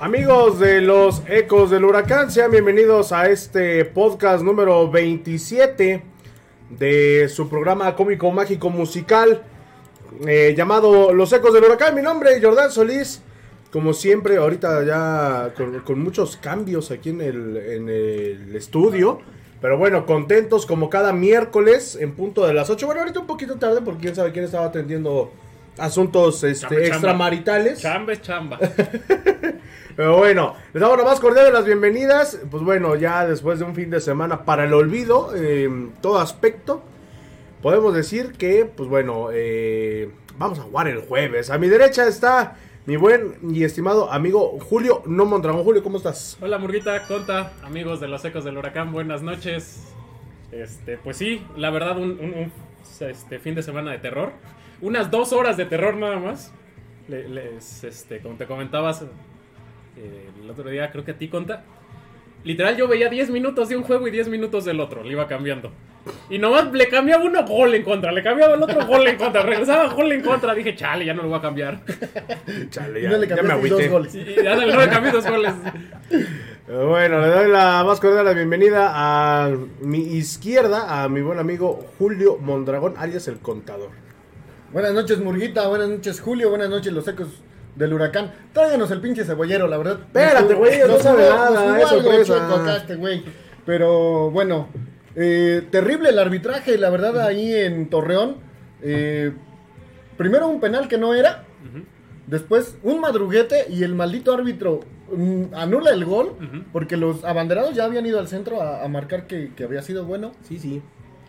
Amigos de los Ecos del Huracán, sean bienvenidos a este podcast número 27 de su programa cómico mágico musical eh, llamado Los Ecos del Huracán. Mi nombre es Jordán Solís. Como siempre, ahorita ya con, con muchos cambios aquí en el, en el estudio. Pero bueno, contentos como cada miércoles en punto de las 8. Bueno, ahorita un poquito tarde porque quién sabe quién estaba atendiendo asuntos este, Chamba, chamba. extramaritales. Chamba es chamba. Pero bueno, les damos la más cordial de las bienvenidas. Pues bueno, ya después de un fin de semana para el olvido, eh, en todo aspecto, podemos decir que, pues bueno, eh, vamos a jugar el jueves. A mi derecha está mi buen y estimado amigo Julio No Mondragón. Julio, ¿cómo estás? Hola Murguita, Conta, amigos de los Ecos del Huracán, buenas noches. Este, pues sí, la verdad, un, un- un, este, fin de semana de terror. Unas dos horas de terror nada más. Le- les, este, como te comentabas eh, el otro día, creo que a ti, Conta. Literal, yo veía 10 minutos de un juego y 10 minutos del otro, le iba cambiando. Y nomás le cambiaba uno gol en contra, le cambiaba el otro gol en contra, regresaba gol en contra. Dije, chale, ya no lo voy a cambiar. Chale, No le cambiaste dos goles. Y, y ya no le cambié dos goles. Pero Bueno, le doy la más cordial la bienvenida a mi izquierda, a mi buen amigo Julio Mondragón, alias el contador. Buenas noches, Murguita. Buenas noches, Julio. Buenas noches, los ecos del huracán. Tráiganos el pinche cebollero, la verdad. Espérate, Nos- güey, no nos sabe jugó- nada, nos jugó es algo sorpresa. chueco acá este güey. Pero bueno, eh, terrible el arbitraje, la verdad, ahí en Torreón. Eh, primero un penal que no era. Después un madruguete y el maldito árbitro mm, anula el gol porque los abanderados ya habían ido al centro a, a marcar que, que había sido bueno. Sí, sí.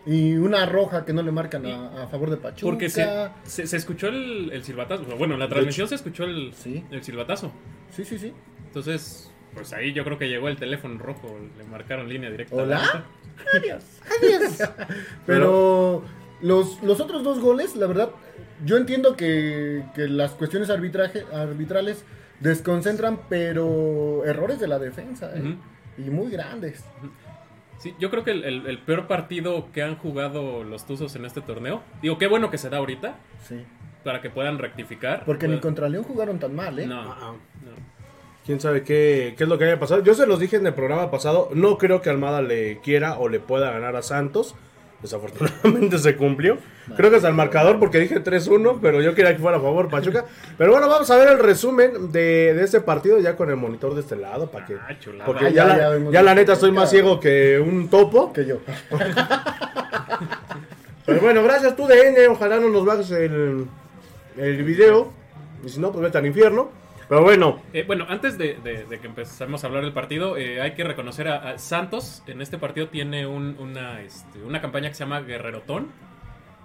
Y una roja que no le marcan a, a favor de Pachuca. Porque se, se, se escuchó el, el silbatazo. Bueno, en la transmisión se escuchó el, Sí. el silbatazo. Sí, sí, sí. Entonces, pues ahí yo creo que llegó el teléfono rojo. Le marcaron línea directa. ¿Hola? Pero los, los otros dos goles, la verdad, yo entiendo que, que las cuestiones arbitraje, arbitrales desconcentran, pero errores de la defensa, ¿eh? Ujú. Y muy grandes. Sí, yo creo que el, el- el peor partido que han jugado los Tuzos en este torneo. Digo, qué bueno que se da ahorita Sí. para que puedan rectificar. Porque ni Puedan- contra León jugaron tan mal, ¿eh? No, Ah, ah. no. Quién sabe qué, qué es lo que haya pasado. Yo se los dije en el programa pasado. No creo que Almada le quiera o le pueda ganar a Santos. Desafortunadamente se cumplió. Creo que es al marcador porque dije 3-1, pero yo quería que fuera a favor Pachuca. Pero bueno, vamos a ver el resumen de, de este partido ya con el monitor de este lado. Para que, Ah, chulada. porque Ah, ya, ya, la- ya vemos. ya la neta estoy más Ya. ciego que un topo. Que yo. Pero bueno, gracias tú DN, ojalá no nos bajes el, el video. Y si no, pues vete al infierno. Pero bueno, Eh, bueno, antes de, de- de que empecemos a hablar del partido, eh, hay que reconocer a, a Santos. En este partido tiene un- una, este, una campaña que se llama Guerrerotón,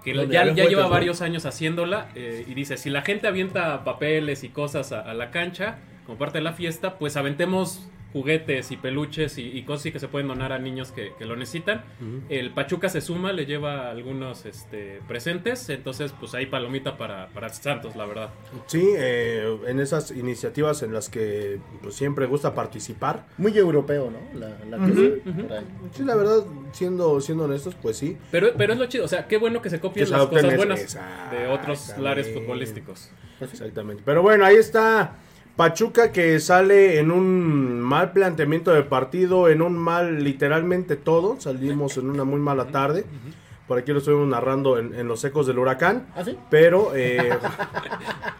que la- Donde ya, había ya juguetes, lleva ¿no? varios años haciéndola. eh, y dice, si la gente avienta papeles y cosas a, a la cancha como parte de la fiesta, pues aventemos juguetes y peluches y, y cosas que se pueden donar a niños que, que lo necesitan. El Pachuca se suma, le lleva algunos este, presentes. Entonces, pues ahí palomita para, para Santos, la verdad. Sí, eh, en esas iniciativas en las que pues, siempre gusta participar. Muy europeo, ¿no? La, la que se- por ahí. Sí, la verdad, siendo, siendo honestos, pues sí. Pero, pero es lo chido, o sea, qué bueno que se copien Que se las adopten cosas es- buenas exactamente. de otros lares futbolísticos. Exactamente. Pero bueno, ahí está Pachuca que sale en un mal planteamiento de partido, en un mal literalmente todo. Salimos en una muy mala tarde. Por aquí lo estuvimos narrando en, en los ecos del huracán. ¿Ah, sí? Pero eh,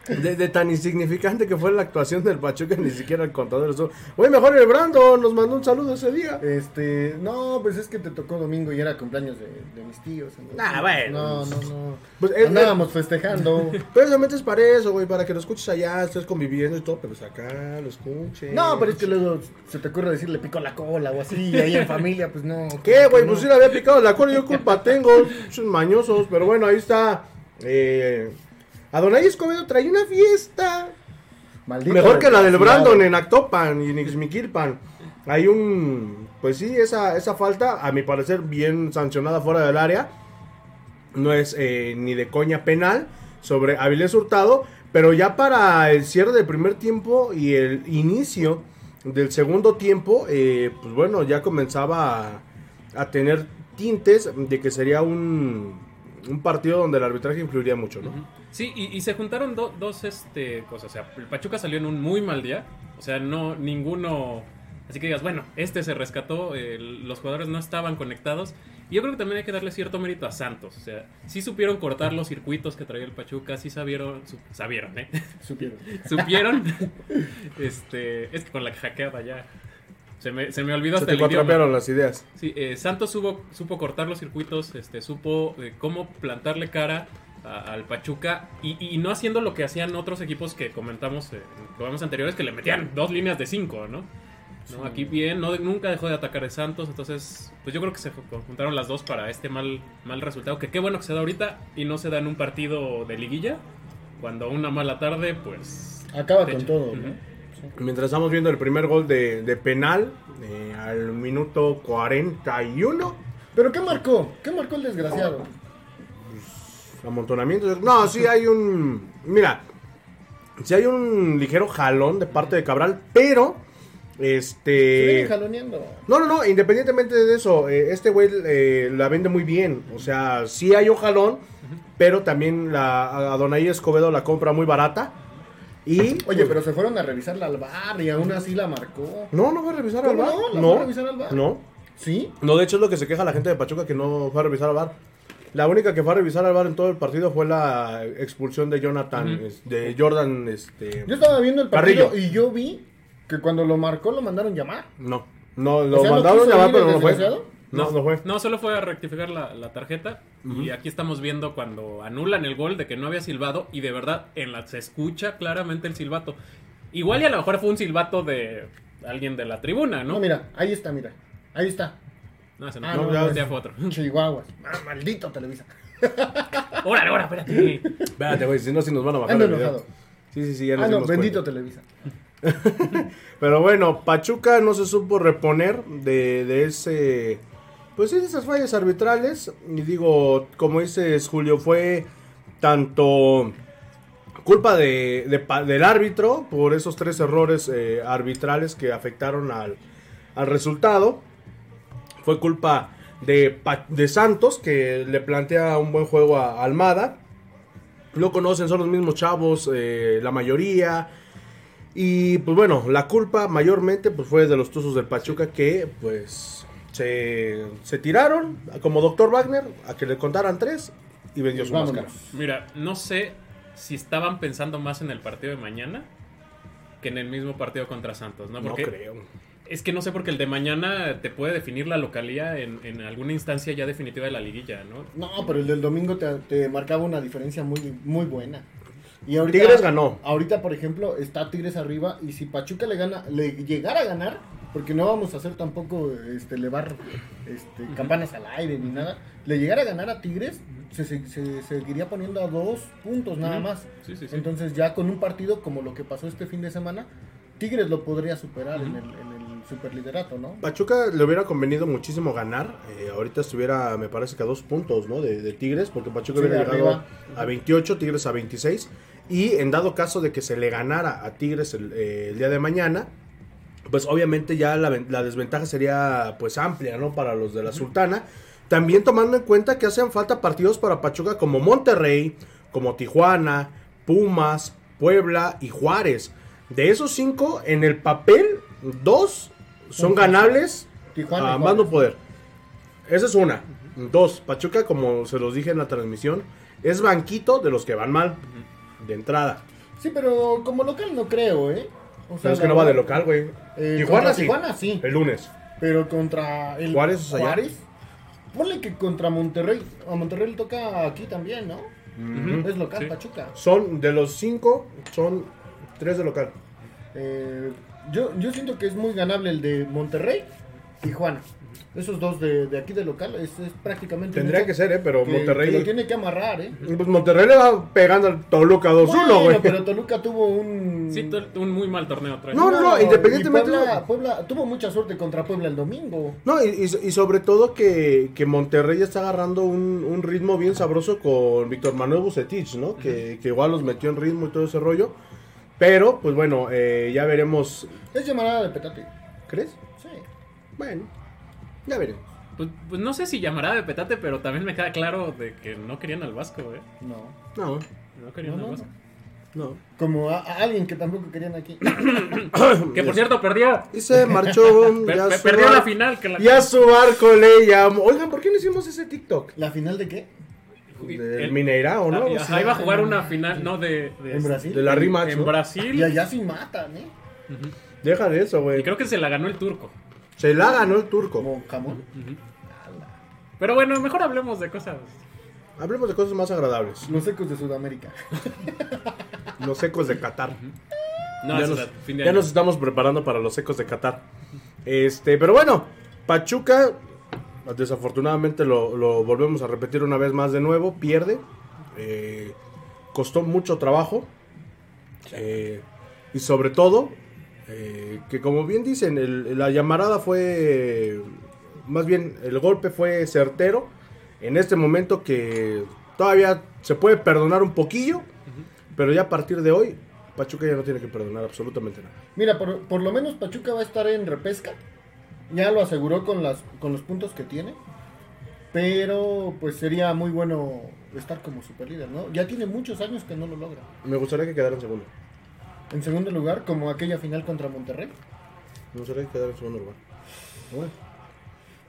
de, de tan insignificante que fue la actuación del Pachuca, ni siquiera el contador estuvo. Güey, mejor el Brando nos mandó un saludo ese día. Este, no, pues es que te tocó domingo y era cumpleaños de, de mis tíos. entonces- Ah, bueno. No, no, no. Pues, eh, Andábamos festejando. Precisamente es para eso, güey, para que lo escuches allá, estés conviviendo y todo, pero pues acá lo escuches. No, pero es que luego se te ocurre decirle picó la cola o así, y ahí en familia, pues no. ¿Qué, güey? no. Pues sí le había picado la cola, yo culpa tengo, son mañosos, pero bueno, ahí está. Eh, Adonai Escobedo trae una fiesta. Maldito Mejor que la del desgraciado. Brandon eh. en Actopan y en Ixmiquilpan. Hay un. Pues sí, esa, esa falta, a mi parecer, bien sancionada fuera del área. No es eh, ni de coña penal sobre Avilés Hurtado. Pero ya para el cierre del primer tiempo y el inicio del segundo tiempo, eh, pues bueno, ya comenzaba a, a tener tintes de que sería un, un partido donde el arbitraje influiría mucho, ¿no? Sí, y, y se juntaron do- dos este, cosas. O sea, el Pachuca salió en un muy mal día. O O sea, no, ninguno. Así que digas, bueno, este se rescató, eh, los jugadores no estaban conectados. Y yo creo que también hay que darle cierto mérito a Santos. O sea, sí supieron cortar los circuitos que traía el Pachuca, sí sabieron, su- sabieron, ¿eh? Supieron. supieron. este, es que con la hackeada ya. Se me, se me olvidó Se hasta te el idioma. cuatrapearon las ideas. Sí, eh, Santos supo, supo cortar los circuitos, este, supo eh, cómo plantarle cara a- al Pachuca y, y no haciendo lo que hacían otros equipos que comentamos eh, en programas anteriores, que le metían dos líneas de cinco, ¿no? No, aquí bien, no, nunca dejó de atacar de Santos, entonces pues yo creo que se conjuntaron las dos para este mal, mal resultado, que qué bueno que se da ahorita y no se da en un partido de liguilla, cuando una mala tarde pues... Acaba te con echa. todo, Ujú. ¿no? Mientras estamos viendo el primer gol de, de penal, eh, al minuto 41, ¿Pero qué marcó? ¿Qué marcó el desgraciado? amontonamiento. No, sí hay un. Mira, sí hay un ligero jalón de parte de Cabral, pero. Se Este. viene jaloneando. No, no, no, independientemente de eso, eh, este güey eh, la vende muy bien. O sea, sí hay un jalón, pero también la a- Adonai Escobedo la compra muy barata. Y. Oye, pero se fueron a revisarla al bar y aún así la marcó. No, no va a revisar al ¿Cómo bar. no? ¿La No, va a revisar al VAR? no. ¿Sí? No, de hecho es lo que se queja la gente de Pachuca que no fue a revisar al bar. La única que fue a revisar al bar en todo el partido fue la expulsión de Jonathan, Ujú. es- de Jordan, este. Yo estaba viendo el partido Carrillo. y yo vi que cuando lo marcó lo mandaron llamar. No, no, lo O sea, ¿no mandaron a quiso llamar, ir pero el no fue. desgraciado? No, no fue. No, solo fue a rectificar la, la tarjeta. Y aquí estamos viendo cuando anulan el gol de que no había silbado. Y de verdad, en la, se escucha claramente el silbato. Igual y a lo mejor fue un silbato de alguien de la tribuna, ¿no? ¿no? mira, ahí está, mira. Ahí está. No, ese Ah, no, no, ya ese ves. fue otro. Chihuahuas. Ah, maldito Televisa. Órale, órale, espérate. Espérate, güey, si no, si nos van a bajar Ando el video. enojado. Sí, sí, sí, ya nos Ah, no, dimos bendito cuenta. Televisa. Pero bueno, Pachuca no se supo reponer de, de ese. Pues sí, de esas fallas arbitrales. Y digo, como dices, Julio, fue tanto culpa de, de pa- del árbitro por esos tres errores eh, arbitrales que afectaron al, al resultado. Fue culpa de, Pa- de Santos, que le plantea un buen juego a Almada. Lo conocen, son los mismos chavos, eh, la mayoría. Y pues bueno, la culpa mayormente pues fue de los Tuzos del Pachuca que pues se, se tiraron como doctor Wagner a que le contaran tres y vendió su Pues Vámonos. máscara. Mira, no sé si estaban pensando más en el partido de mañana que en el mismo partido contra Santos, ¿no? No Porque creo. Es que no sé, porque el de mañana te puede definir la localía en, en alguna instancia ya definitiva de la liguilla, ¿no? No, pero el del domingo te, te marcaba una diferencia muy, muy buena. Y ahorita, Tigres ganó. Ahorita, por ejemplo, está Tigres arriba y si Pachuca le gana, le llegara a ganar, porque no vamos a hacer tampoco este elevar este, campanas al aire ni nada, le llegara a ganar a Tigres, se, se- se seguiría poniendo a dos puntos nada Ujú. más. Sí, sí, sí. Entonces ya con un partido como lo que pasó este fin de semana, Tigres lo podría superar en, el, en el superliderato, ¿no? Pachuca le hubiera convenido muchísimo ganar. Eh, ahorita estuviera, me parece que a dos puntos, ¿no? De, de Tigres, porque Pachuca Sí, hubiera de llegado arriba. a 28, Tigres a 26. Y en dado caso de que se le ganara a Tigres el, eh, el día de mañana, pues obviamente ya la, ven- la desventaja sería pues amplia, ¿no? Para los de la Sultana. También tomando en cuenta que hacen falta partidos para Pachuca como Monterrey, como Tijuana, Pumas, Puebla y Juárez. De esos cinco, en el papel, dos son ganables Tijuana a y Juárez. Ah, más no poder. Esa es una. Dos, Pachuca, como se los dije en la transmisión, es banquito de los que van mal. De entrada. Sí, pero como local no creo, ¿eh? O sea, Pero es que la no va de verdad- local, güey. Eh, Tijuana contra sí. Tijuana sí. El lunes. Pero contra el Juárez es allá. Juárez, ponle que contra Monterrey. A Monterrey le toca aquí también, ¿no? Es local, Sí. Pachuca. Son de los cinco, son tres de local. Eh, yo, yo siento que es muy ganable el de Monterrey y Tijuana. Esos dos de, de aquí de local es, es prácticamente. un Tendría hecho que ser, ¿eh? Pero que lo Monterrey. tiene que amarrar, ¿eh? Pues Monterrey le va pegando al Toluca 2-1, güey. Bueno, pero Toluca tuvo un. Mm. Sí, tu- un muy mal torneo trae. No, no, no, independientemente- y Puebla, Puebla tuvo mucha suerte contra Puebla el domingo. No, y, y- y sobre todo que, que Monterrey está agarrando un, un ritmo bien sabroso con Víctor Manuel Bucetich, ¿no? Que, que igual los metió en ritmo y todo ese rollo. Pero, pues bueno, eh, ya veremos. Es llamada de petate. ¿Crees? Sí. Bueno, ya veremos. Pues, pues no sé si llamará de petate, pero también me queda claro de que no querían al Vasco, ¿eh? No. No. No querían No, al no, Vasco. no. No. Como a, a alguien que tampoco querían aquí. Que por cierto, perdió. Y se marchó. Per- ya per- su perdió bar- la final. Que la... Y a su barco le llamó. Oigan, ¿por qué no hicimos ese TikTok? ¿La final de qué? Del el- Mineira, ¿o no? Ah, y- ajá, iba a jugar una final, no, de... de- este, ¿En Brasil? De la rima. En Y Brasil. allá sí matan, ¿eh? Deja de eso, Y güey. creo que se la ganó el turco. Se la ganó el turco. Como jamón. Pero bueno, mejor hablemos de cosas. Hablemos de cosas más agradables. Los ecos de Sudamérica. Los secos de Qatar. No, ya es nos, la- fin de ya año. nos estamos preparando para los secos de Qatar. Este, pero bueno, Pachuca, desafortunadamente lo, lo volvemos a repetir una vez más de nuevo, pierde. Eh, costó mucho trabajo. Eh, y sobre todo, eh, que como bien dicen, el- la llamarada fue, más bien, el golpe fue certero. En este momento que todavía se puede perdonar un poquillo, pero ya a partir de hoy, Pachuca ya no tiene que perdonar absolutamente nada. Mira, por, por lo menos Pachuca va a estar en repesca. Ya lo aseguró con, las, con los puntos que tiene. Pero pues sería muy bueno estar como superlíder, ¿no? Ya tiene muchos años que no lo logra. Me gustaría que quedara en segundo. En segundo lugar, como aquella final contra Monterrey. Me gustaría que quedara en segundo lugar. Bueno,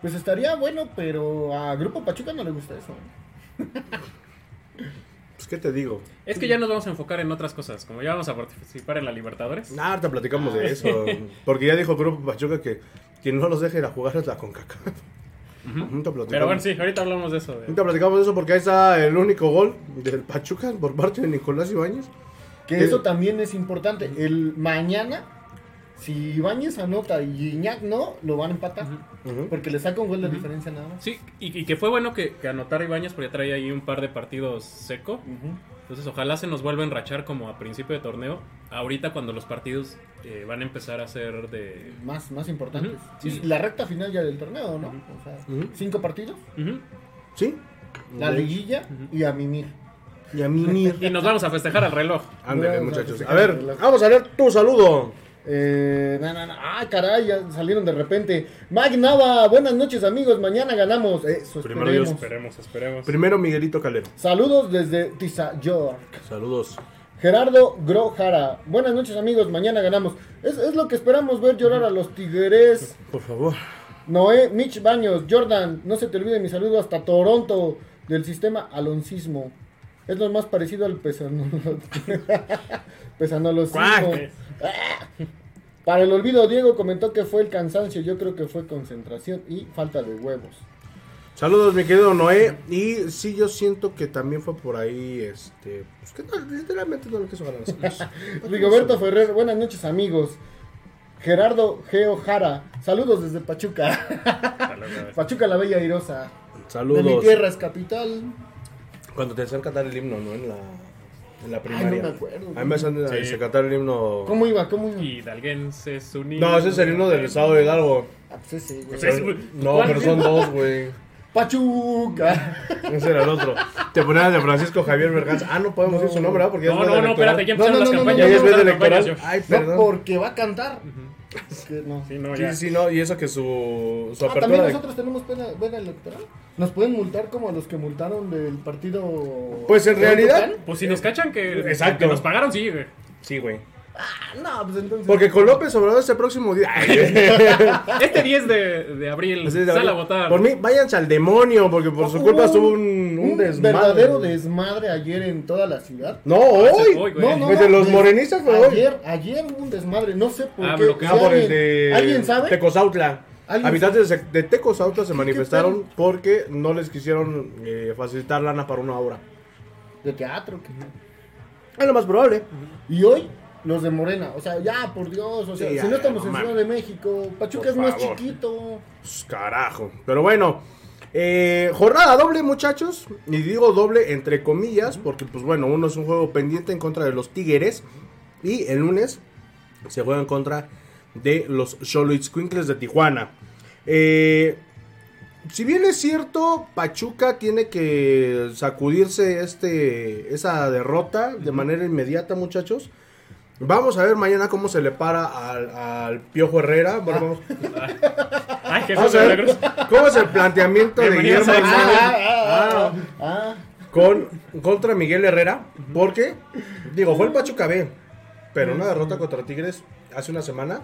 Pues estaría bueno, pero a Grupo Pachuca no le gusta eso. ¿eh? pues qué te digo. Es que ya nos vamos a enfocar en otras cosas. Como ya vamos a participar en la Libertadores. Nada, te platicamos de eso. Porque ya dijo Grupo Pachuca que quien no los deje ir a jugar es la CONCACAF. Ahorita platicamos. Pero bueno, sí, ahorita hablamos de eso. de- Ahorita platicamos de eso porque ahí está el único gol del Pachuca por parte de Nicolás Ibáñez. Que Eh. eso también es importante. El mañana, si Ibáñez anota y Iñak no, lo van a empatar. Ujú. Porque le saca un gol de diferencia nada más. Sí, y, y que fue bueno que, que anotara Ibañez porque ya traía ahí un par de partidos seco. Entonces, ojalá se nos vuelva a enrachar como a principio de torneo. Ahorita, cuando los partidos eh, van a empezar a ser de. Más, más importantes. Ujú, sí. Y La recta final ya del torneo, ¿no? O sea, Ujú. cinco partidos, Ujú. ¿Sí? la De- liguilla y a mimir. Y a mimir. Y nos vamos a festejar al reloj. Ándale, Vamos a muchachos. A festejar ver, el reloj. vamos a ver tu saludo. Eh, na, na, na. Ah, caray, ya salieron de repente. Mike Nava, buenas noches amigos, mañana ganamos. Eso Primero Dios, esperemos. Esperemos, esperemos. Primero Miguelito Calero. Saludos desde Tisa York. Saludos. Gerardo Grojara. Buenas noches amigos, mañana ganamos. Es, es lo que esperamos ver llorar a los tigres. Por favor. Noé, Mitch Baños, Jordan, no se te olvide mi saludo hasta Toronto del sistema aloncismo. Es lo más parecido al pesanolo- pesanolocismo. Cuac. Ah. Para el olvido, Diego comentó que fue el cansancio. Yo creo que fue concentración y falta de huevos. Saludos, mi querido Noé. Y sí, yo siento que también fue por ahí, este... Pues que no, literalmente no lo quiso ganar. Santos. Rigoberto Ferrer, buenas noches amigos. Gerardo Geo Jara, saludos desde Pachuca. Pachuca la Bella Irosa. Saludos. De mi tierra es capital. Cuando te hacen cantar el himno, ¿no? En la, en la primaria. no me acuerdo. A mí me hacen eh, Sí. se cantar el himno... ¿Cómo iba? ¿Cómo iba? Y Dalguenses Unidos. No, ese es el himno del estado de Hidalgo. Ah, pues ese, güey. Pues ese- No, pero son dos, güey. Pachuca. Ese era el otro. Te ponían de Francisco Javier Berganza. Ah, no podemos decir su nombre, ¿verdad? Porque ya es No, veda no, no, electoral. espérate, ya No, no, empezaron las no, no, campañas. Ya no, ya es veda empezaron electoral. las campañas, Ay, No, perdón. porque va a cantar. Es que no. yo- Sí, no, ya. Sí, sí, no. Y eso que su, su Ah, también apertura de... nosotros tenemos pena, veda electoral. Nos pueden multar como a los que multaron del partido. Pues, en realidad- Pues si nos cachan Eh, que, Exacto. que nos pagaron, sí, güey. Sí, güey. Ah, no, pues entonces. Porque con López Obrador ese próximo día... Ay, Este 10 de, de abril, Así es, sal a Gabriel. votar. Por mí, váyanse al demonio, porque por su Hubo culpa un- estuvo un, un desmadre. verdadero desmadre ayer en toda la ciudad. No, Hace hoy. hoy, Ah, güey. Pues de los morenistas fue hoy. Ayer, ayer hubo un desmadre, no sé por Ah, qué. bloqueado Ah, Si por el alguien, de ¿Alguien sabe? Tecozautla. ¿Alguien Habitantes de, de Tecozautla se qué manifestaron porque no les quisieron eh, facilitar lana para una obra. De teatro. que- Es lo más probable. Y hoy, los de Morena. O sea, ya, por Dios. O sea, Sí, si ya, no ya, estamos no en mames. Ciudad de México, Pachuca es Por más favor. chiquito. Pues, carajo. Pero bueno, eh, jornada doble, muchachos. Y digo doble entre comillas, porque, pues bueno, uno es un juego pendiente en contra de los Tigres. Y el lunes se juega en contra de los Xoloitzcuincles de Tijuana. Eh, si bien es cierto, Pachuca tiene que sacudirse este, esa derrota de manera inmediata, muchachos. Vamos a ver mañana cómo se le para al, al Piojo Herrera. Bueno, vamos- Ay, Jesús Vamos a de la ver Cruz. cómo es el planteamiento de Ah, Bienvenidos Guillermo a Almada. Ah, ah, ah, ah. con, contra Miguel Herrera, porque, digo, fue el Pachuca B, pero una derrota contra Tigres hace una semana.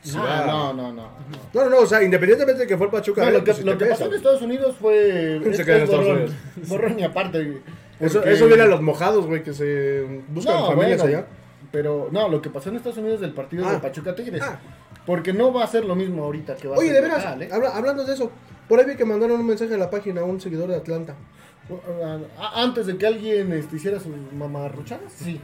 sí va- Ah, no, no, no. No, no, no, o sea, independientemente de que fue el Pachuca No, B, lo que, pues, sí lo te que pesa, pasó en güey. Estados Unidos fue. Se quedó en Estados borrón, Unidos. borrón y aparte. güey. eso, Porque- eso viene a los mojados, güey, que se buscan No, familias bueno, allá. Pero no, lo que pasó en Estados Unidos del partido Ah. de Pachuca Tigres. Ah. Porque no va a ser lo mismo ahorita que va Oye, a de ser. veras, local, ¿eh? habla- hablando de eso, por ahí vi que mandaron un mensaje a la página a un seguidor de Atlanta. A- Antes de que alguien este, hiciera sus mamarruchadas. Sí.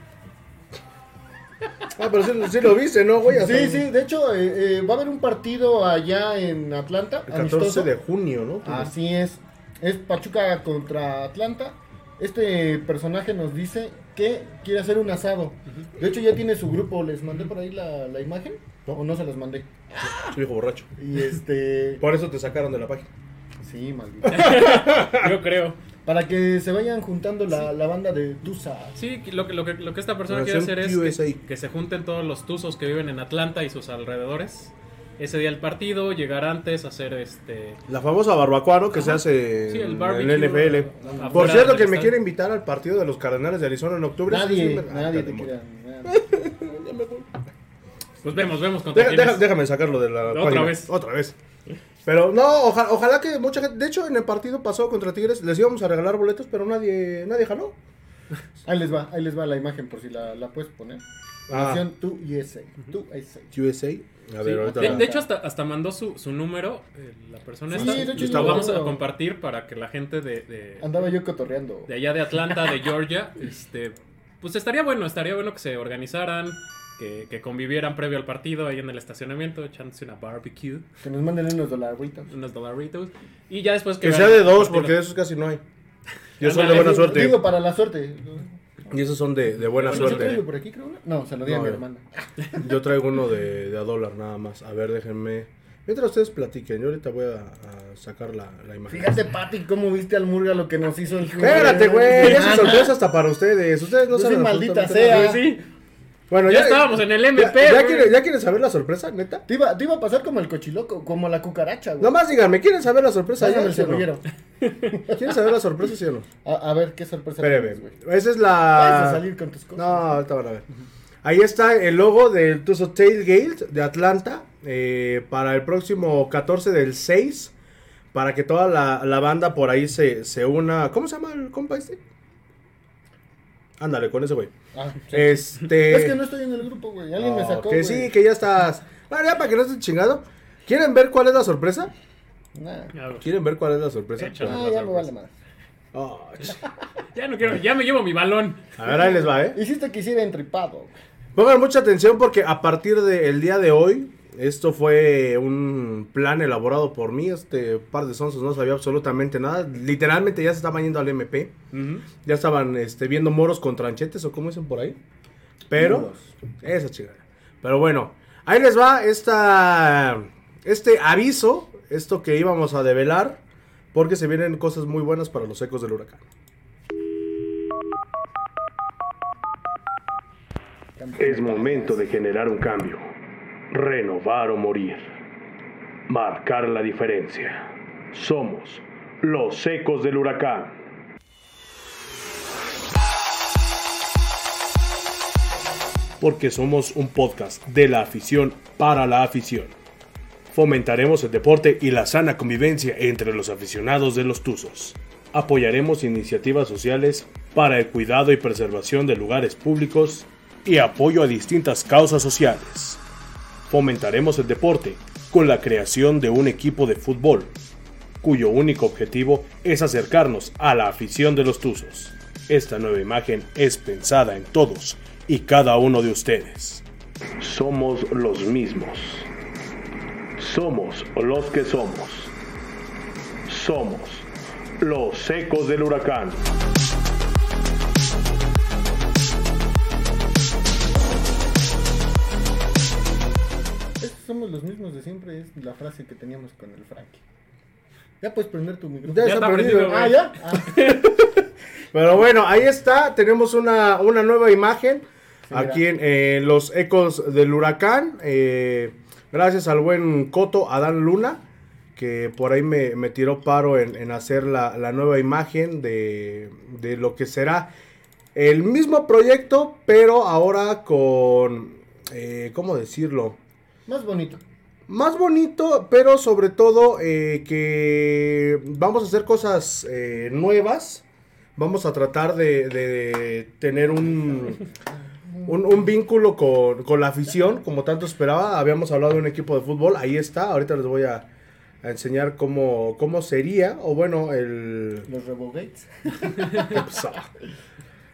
Ah, pero sí, sí lo viste, ¿no, güey? Hasta Sí, el- sí, de hecho eh, eh, va a haber un partido allá en Atlanta. El 14 amistoso. Ah. de junio, ¿no? Así es. Es Pachuca contra Atlanta. Este personaje nos dice que quiere hacer un asado. De hecho ya tiene su grupo. ¿Les mandé por ahí la, la imagen? ¿O no se las mandé? Su hijo borracho. Y este... Por eso te sacaron de la página. Sí, maldito. Yo creo. Para que se vayan juntando la, la banda de Dusa. Sí, lo que, lo que, lo que esta persona quiere Relación hacer es que, USA. que se junten todos los tuzos que viven en Atlanta y sus alrededores. Ese día el partido, llegar antes, hacer este... La famosa barbacoa, ¿no? Que se hace Sí, el en barbecue, el NFL. afuera Por cierto, del que me estadio. quiere invitar al partido de los Cardenales de Arizona en octubre. Sí, sí, Nadie, me- Ah, nadie te te mo- quiera. nada. Pues vemos, vemos contra Deja- quiénes. deja- déjame sacarlo de la Otra página. vez. Otra vez. Pero no, oja- ojalá que mucha gente. De hecho, en el partido pasado contra Tigres les íbamos a regalar boletos, pero nadie, nadie jaló. Ahí les va, ahí les va la imagen por si la, la puedes poner. Ah. Nación Tu USA. Tu USA. USA. A ver, Sí, ahorita. de, de hecho, hasta, hasta mandó su, su número, eh, la persona Sí, esta, de hecho, y lo yo vamos a creo. compartir para que la gente de, Ah, de, Andaba yo cotorreando. de allá de Atlanta, de Georgia, este, pues estaría bueno, estaría bueno que se organizaran, que, que convivieran previo al partido ahí en el estacionamiento, echándose una barbecue, Que nos manden unos dolaritos. unos dolaritos, y ya después que vean sea de el dos, partido. porque de esos casi no hay. Yo soy Ándale. de buena Digo- suerte. Digo, para la suerte. Y esos son de, de buena Bueno, yo suerte. traigo por aquí, creo, una? No, se lo di a No, mi no. hermana. Yo traigo uno de, de a dólar nada más. A ver, déjenme. Mientras ustedes platiquen, yo ahorita voy a, a sacar la, la imagen. Fíjate, Pati, cómo viste al Murga lo que nos hizo el juego. Espérate, güey. Esa sorpresa hasta para ustedes. Ustedes no Yo saben. soy maldita absolutamente nada. sea. Pues sí, Bueno, Ya estábamos en el MP, ¿Ya, güey. quieren, ya quieren saber la sorpresa, neta? Te iba, te iba a pasar como el cochiloco, como la cucaracha, güey. Nomás díganme, ¿quieren saber la sorpresa? Pásame ya, el sí o no? cebollero. ¿Quieren saber la sorpresa, sí o no? A, a ver, qué sorpresa tienes, Espérame. güey. Esa es Vas a la. salir con tus No, cosas. ahorita van a ver. Ahí está el logo del Tuso Tailgate de Atlanta eh, para el próximo 14 del 6. Para que toda la, la banda por ahí se, se una. ¿Cómo se llama el compa este? Ándale, con ese güey. Ah, sí. Este. Es que no estoy en el grupo, güey. Alguien me No, sacó, Que güey. sí, que ya estás. Bueno, ya para que no estés chingado. ¿Quieren ver cuál es la sorpresa? Nah. ya, güey. ¿Quieren ver cuál es la sorpresa? Échala. Ah, ya me vale más. Oh, ch- Ya no quiero, ya me llevo mi balón. a ver, ahí les va, ¿eh? Hiciste que hiciera entripado. güey. Pongan mucha atención porque a partir del día de hoy, esto fue un plan elaborado por mí. Este par de sonsos no sabía absolutamente nada. Literalmente ya se estaban yendo al MP. Ujú. Ya estaban este, viendo moros con tranchetes o como dicen por ahí. Pero, esa chingada. Pero bueno, ahí les va esta, este aviso, esto que íbamos a develar, porque se vienen cosas muy buenas para los ecos del huracán. Es momento de generar un cambio, renovar o morir, marcar la diferencia. Somos los ecos del huracán. porque somos un podcast de la afición para la afición. Fomentaremos el deporte y la sana convivencia entre los aficionados de los Tuzos. Apoyaremos iniciativas sociales para el cuidado y preservación de lugares públicos y apoyo a distintas causas sociales. Fomentaremos el deporte con la creación de un equipo de fútbol, cuyo único objetivo es acercarnos a la afición de los Tuzos. Esta nueva imagen es pensada en todos y cada uno de ustedes. Somos los mismos. Somos los que somos. Somos los ecos del huracán. Es que somos los mismos de siempre, es la frase que teníamos con el Frankie. Ya puedes prender tu micrófono. Ya está prendido, güey. Ah, ya. Ah, Pero bueno, ahí está, tenemos una, una nueva imagen aquí en eh, los ecos del huracán. eh, gracias al buen Coto Adán Luna, que por ahí me, me tiró paro en, en hacer la, la nueva imagen de, de lo que será el mismo proyecto, pero ahora con, eh, ¿cómo decirlo? Más bonito. Más bonito, pero sobre todo eh, que vamos a hacer cosas eh, nuevas. Vamos a tratar de, de tener un, un, un vínculo con, con la afición, como tanto esperaba. Habíamos hablado de un equipo de fútbol, ahí está. Ahorita les voy a, a enseñar cómo, cómo sería, o bueno, el... Los Rebogates. ¿qué pasó?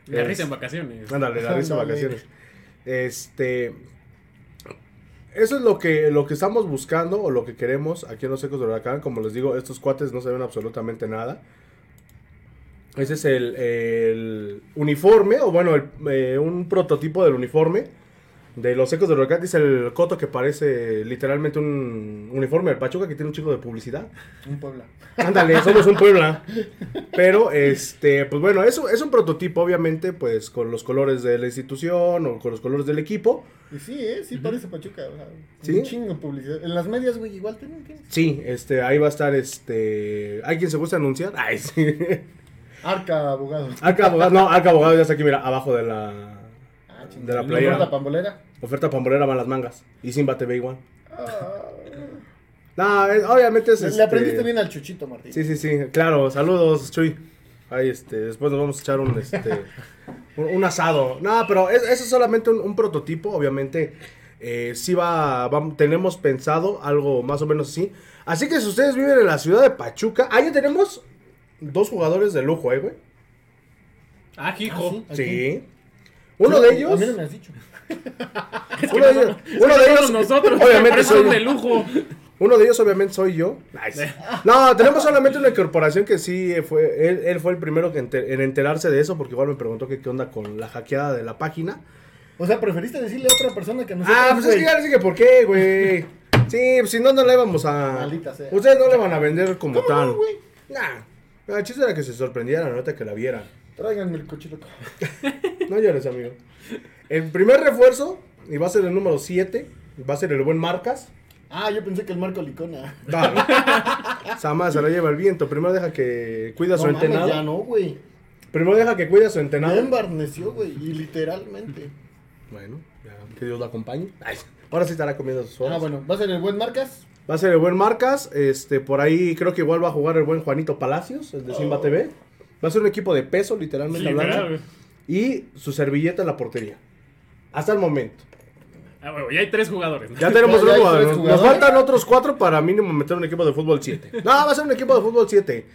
La Es- risa en vacaciones. Ándale, la risa Ándale. vacaciones. Este. Eso es lo que, lo que estamos buscando o lo que queremos aquí en los Ecos del Huracán. Como les digo, estos cuates no se ven absolutamente nada. Ese es el, el uniforme, o bueno, el- eh, un prototipo del uniforme de los Ecos del Huracán. Dice el coto que parece literalmente un uniforme del Pachuca que tiene un chico de publicidad. Un Puebla. Ándale, somos un Puebla. Pero, este, pues bueno, eso es un prototipo, obviamente, pues con los colores de la institución o con los colores del equipo. Y sí, ¿eh? Sí parece Pachuca. o sea, ¿Sí? Un chingo de publicidad. En las medias, güey, igual tienen. tienen. Sí, este, ahí va a estar, este, ¿hay quien se gusta anunciar? Ay, sí. Arca, abogado. Arca Abogado, no, Arca Abogado ya está aquí, mira, abajo de la Ah, De la playa. playera. La pambolera. oferta pambolera van las mangas. Y Simba TV igual. Ah, No, es- obviamente es, le este, aprendiste bien al Chuchito, Martín. Sí, sí, sí, claro, saludos, Chuy. Ahí, este, después nos vamos a echar un, este, un, un asado. No, pero es- eso es solamente un, un prototipo, obviamente. Eh, sí va, vam- tenemos pensado algo más o menos así. Así que si ustedes viven en la ciudad de Pachuca, ah, ya tenemos dos jugadores de lujo, eh, güey. Ah, hijo. ¿Ah, sí? Sí. Uno de ellos, A mí no me has dicho. uno de ellos, uno de ellos, nosotros, obviamente obviamente soy son de lujo. Uno de ellos obviamente soy yo. No, tenemos solamente una incorporación que sí eh, fue, él, él fue el primero que enter- en enterarse de eso porque igual me preguntó que qué onda con la hackeada de la página. O sea, preferiste decirle a otra persona que no Ah, pues es que ya le dije por qué, güey. Sí, pues si no, no la íbamos a... Maldita sea. Ustedes no le van a vender como ¿Cómo tal. no, güey? Nah. Ah, El chiste era que se sorprendieran, ahorita que la vieran. Tráiganme el cochino. No llores, amigo. El primer refuerzo, y va a ser el número 7, va a ser el buen Marcas. Ah, yo pensé que el Marco Licona. Dale. Sama se la lleva el viento. Primero deja que cuida su No mames, entenado. ya no, güey. Primero deja que cuida su Me entenado. embarneció, güey, y literalmente. Bueno, ya, que Dios lo acompañe. Ay, ahora sí estará comiendo sus horas. Ah, bueno, va a ser el buen Marcas. Va a ser el buen Marcas. Este, por ahí creo que igual va a jugar el buen Juanito Palacios, el de Simba TV. Va a ser un equipo de peso, literalmente hablando. Literal, Y su servilleta en la portería. Hasta el momento. Ah, bueno, ya hay tres jugadores. ¿no? Ya tenemos Ya, ya tres hay jugadores. tres Nos jugadores. faltan otros cuatro para mínimo meter un equipo de fútbol 7. No, va a ser un equipo de fútbol 7.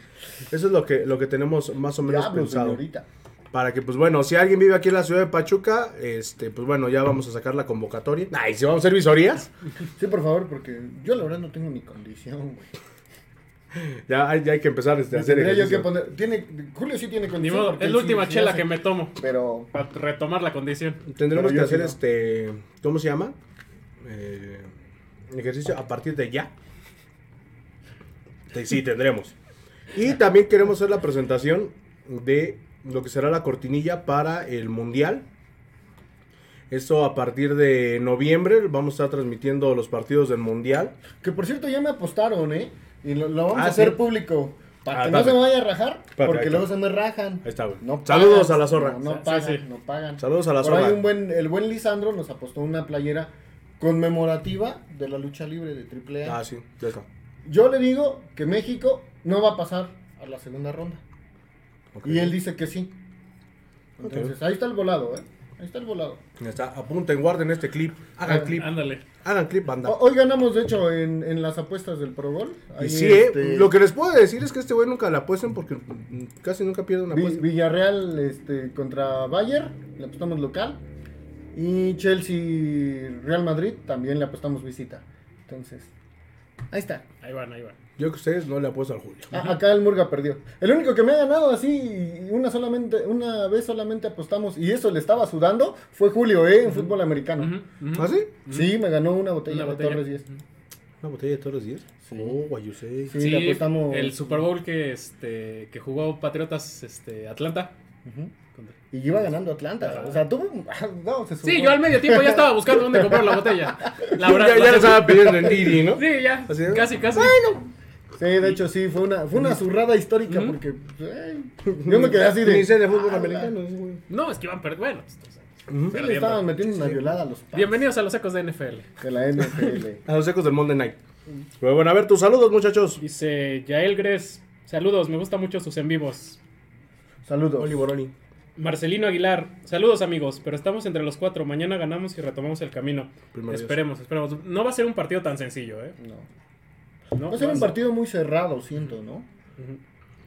Eso es lo que, lo que tenemos más o menos Diablo, pensado. señorita. Para que, pues bueno, si alguien vive aquí en la ciudad de Pachuca, este, pues bueno, ya vamos a sacar la convocatoria. Ay, si vamos a hacer visorías. Sí, por favor, porque yo la verdad no tengo ni condición, güey. Ya hay, ya hay que empezar este, a hacer Tendría yo que ejercicio. poner. Tiene, Julio sí tiene Ni condición. modo, porque es él la sí- última sí chela hace- que me tomo. Pero. Para retomar la condición. Tendremos Pero que yo hacer sí no. este. ¿Cómo se llama? Eh, ejercicio a partir de ya. Te- Sí, tendremos. Y también queremos hacer la presentación de lo que será la cortinilla para el Mundial. Esto a partir de noviembre vamos a estar transmitiendo los partidos del Mundial. Que por cierto, ya me apostaron, ¿eh? Y lo, lo vamos Ah, a hacer ¿sí? público. Para Ah, que no dame. se me vaya a rajar, ahí porque está. luego se me rajan. Ahí está, güey. No Saludos pagan, a la zorra. No, no Sí, pagan, sí. no pagan. Saludos a la Por ahí zorra. un buen, el buen Lisandro nos apostó una playera conmemorativa de la lucha libre de AAA. Ah, sí, ya está. Yo le digo que México no va a pasar a la segunda ronda. Ok. Y él dice que sí. Entonces, ahí está el volado, ¿eh? Ahí está el volado. Ya está. Apunten, guarden este clip. Hagan clip. Ándale. Hagan clip, banda. O- Hoy ganamos, de hecho, en, en las apuestas del Pro Bowl. Y Ahí, sí, eh, este, lo que les puedo decir es que este güey nunca la apuesten porque mm, casi nunca pierde una Vi- apuesta. Villarreal este, contra Bayern, le apostamos local. Y Chelsea, Real Madrid, también le apostamos visita. Entonces, ahí está. Ahí van, ahí van. Yo que ustedes no le apuesto al Julio. A- acá el Murga perdió. El único que me ha ganado así, una, solamente, una vez solamente apostamos, y eso le estaba sudando, fue Julio, ¿eh? En fútbol americano. Ujú, ujú. ¿Ah, sí? Sí, me ganó una Una botella de botella. Torres 10. ¿Una botella de todos los días? Oh, what you say. Sí, Sí, le apostamos. el Super Bowl que este que jugó Patriotas este Atlanta. Ujú. Contra- Y iba ganando Atlanta. O sea, tuvo. ah, no, se Sí, sudó. yo al medio tiempo ya estaba buscando dónde comprar la botella. La ya, ya le la- estaba pidiendo en Didi, ¿no? Sí, ya. Así es. Casi, casi. Bueno. Sí, de hecho sí, fue una, fue una zurrada histórica porque eh, yo me quedé así de... Ni sé de fútbol "Ala". americano, ese güey. No, es que iban perdiendo. Bueno, pues, o sea, Sí, le perdiendo. estaban metiendo una violada a los Pats Bienvenidos a los ecos de NFL. de la NFL. A los ecos del Monday Night. Pero bueno, a ver, tus saludos, muchachos. Dice Yael Gres. Saludos, me gustan mucho sus en vivos. Saludos. Oli Boroli. Marcelino Aguilar, saludos amigos, pero estamos entre los cuatro, mañana ganamos y retomamos el camino. Primero Dios. esperemos, esperemos. No va a ser un partido tan sencillo, ¿eh? No. No, Va a ser va un a- partido muy cerrado, siento, ¿no?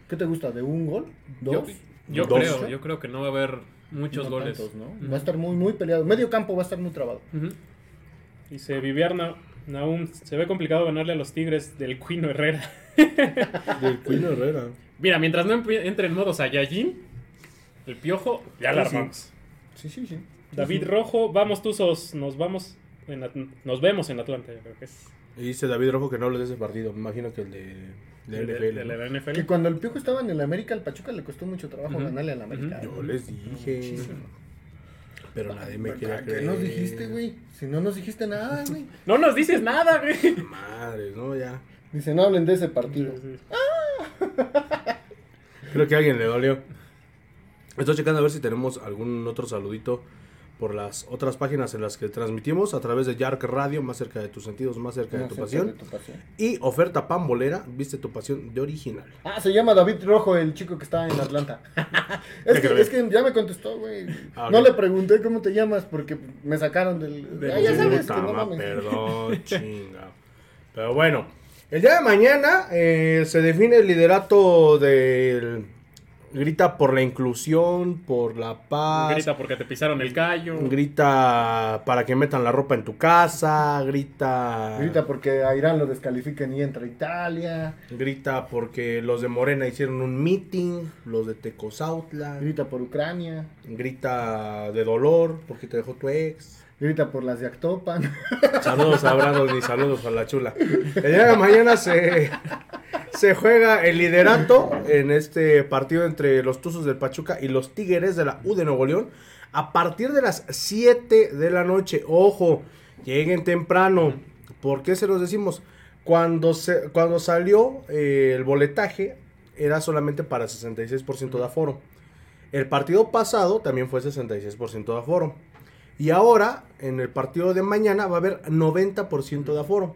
¿Qué te gusta? ¿De un gol? Yo, ¿Dos? yo Dos. creo, yo creo que no va a haber muchos No goles. tantos, ¿no? Va a estar muy, muy peleado. Medio campo va a estar muy trabado. Ujú. Dice Viviana Naum, se ve complicado ganarle a los Tigres del Cuino Herrera. Del Cuino Herrera. Mira, mientras no empie- entre en modo Saiyajin, el piojo, ya la Sí, sí. armamos. Sí, sí, sí. David Rojo, vamos Tuzos, nos vamos, en At- nos vemos en Atlanta, yo creo que es. Y dice David Rojo que no hables de ese partido. Me imagino que el de, de De- NFL. de la ¿no? NFL. Que cuando el Piojo estaba en el América, al Pachuca le costó mucho trabajo Ujú. ganarle al América. ¿eh? Yo les dije. Pero nadie me quería ¿Qué creer. nos dijiste, güey? Si no nos dijiste nada, güey. No nos dices nada, güey. Madres, no, ya. Dice, no hablen de ese partido. Creo que a alguien le dolió. Estoy checando a ver si tenemos algún otro saludito por las otras páginas en las que transmitimos a través de Yark Radio, más cerca de tus sentidos, más cerca de No tu sé, de pasión. tu pasión. Y oferta pambolera, viste tu pasión de original. Ah, se llama David Rojo, el chico que está en Atlanta. es, creo. que, es que ya me contestó, güey. Ah, No ok. le pregunté cómo te llamas porque me sacaron del. Del- Ah, ya sabes que Puta no ma- mames. Perdón, chinga. Pero bueno, el día de mañana eh, se define el liderato del. Grita por la inclusión, por la paz. Grita porque te pisaron el callo. Ah, Grita para que metan la ropa en tu casa, grita... Grita porque a Irán lo descalifiquen y entra a Italia. grita porque los de Morena hicieron un meeting, los de Tecozautla. Grita por Ucrania. Grita de dolor porque te dejó tu ex. Grita por las de Actopan. Saludos a Brandon y saludos a la chula. El día de mañana se, se juega el liderato en este partido entre los Tuzos del Pachuca y los Tigres de la U de Nuevo León a partir de las 7 de la noche. Ojo, lleguen temprano. ¿Por qué se los decimos? Cuando, se, cuando salió eh, el boletaje era solamente para 66% de aforo. El partido pasado también fue 66% de aforo. Y ahora, en el partido de mañana, va a haber 90% de aforo.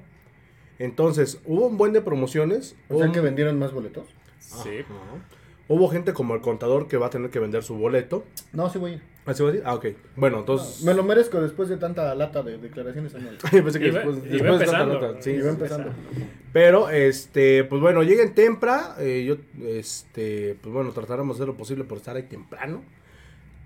Entonces, hubo un buen de promociones. o sea hubo- que vendieron más boletos. Sí. Ajá. Hubo gente como el contador que va a tener que vender su boleto. No, sí voy a ir. ¿Así va a decir? Ah, ok. Bueno, entonces. Me lo merezco después de tanta lata de declaraciones anuales. Yo pensé que Iba- después, iba después de esta empezando. nota, sí. Y va empezando. Pero, este, pues bueno, lleguen temprano. eh, yo, este, pues bueno, trataremos de hacer lo posible por estar ahí temprano.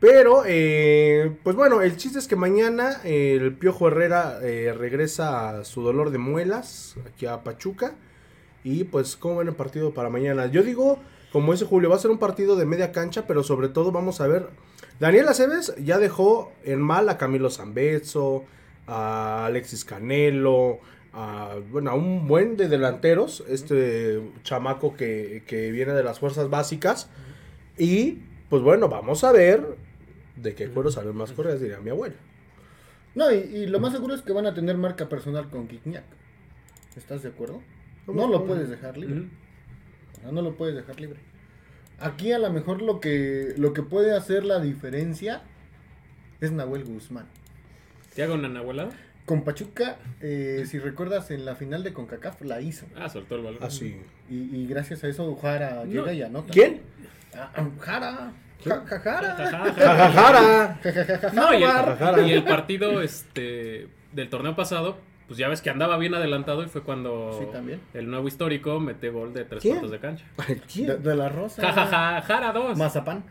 Pero, eh, pues bueno, el chiste es que mañana eh, el Piojo Herrera eh, regresa a su dolor de muelas aquí a Pachuca. Y pues, ¿cómo ven el partido para mañana? Yo digo, como dice Julio, va a ser un partido de media cancha, pero sobre todo vamos a ver. Daniel Aceves ya dejó en mal a Camilo Zambezzo, a Alexis Canelo, a, bueno, a un buen de delanteros, este chamaco que, que viene de las fuerzas básicas. Y pues bueno, vamos a ver de qué cuero salen más correas, diría mi abuela. No, y, y lo más seguro es que van a tener marca personal con Guignac. ¿Estás de acuerdo? No lo puedes dejar libre. Ujú. No, no lo puedes dejar libre. Aquí a lo mejor lo que, lo que puede hacer la diferencia es Nahuel Guzmán. ¿Te hago una nahuelada? Con Pachuca, eh, si recuerdas, en la final de CONCACAF la hizo. Ah, soltó el balón. Así. Y, y gracias a eso Jara llega No. y anota. ¿Quién? Ah, ah, Jara. Ja- ja- Jara. Jajajara. No, y Guadalajara. el, y el partido este del torneo pasado, pues ya ves que andaba bien adelantado y fue cuando Sí, también. el nuevo histórico mete gol de tres ¿Quién? cuartos de cancha. De, ¿Quién? de la Rosa. Ja, ja, ja, Jara 2. Mazapán.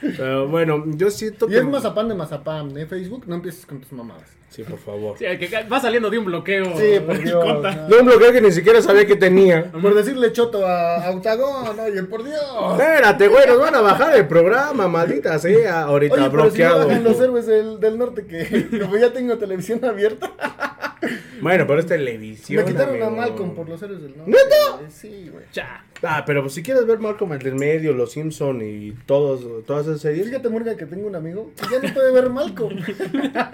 Pero bueno, yo siento Y es Mazapán de Mazapán. En Facebook no empieces con tus mamadas. Sí, por favor. va saliendo de un bloqueo. Sí, pues. por el Dios. conta. no. No un bloqueo que ni siquiera sabía que tenía. Por decirle choto a, a Octagón, oye, por Dios. Espérate, güey, nos van a bajar el programa, maldita sea. Ahorita Oye, pero si me bloqueado. bajan los héroes del, del norte que como ya tengo televisión abierta. bueno, pero es televisión. me quitaron amigo. a Malcolm por los héroes del norte. ¿Neta? güey. Sí, güey. Cha. Ah, pero pues, si quieres ver Malcolm en el medio, Los Simpson y todos, todas esas Y series, Fíjate, Morgan, que tengo un amigo que ya no puede ver Malcolm.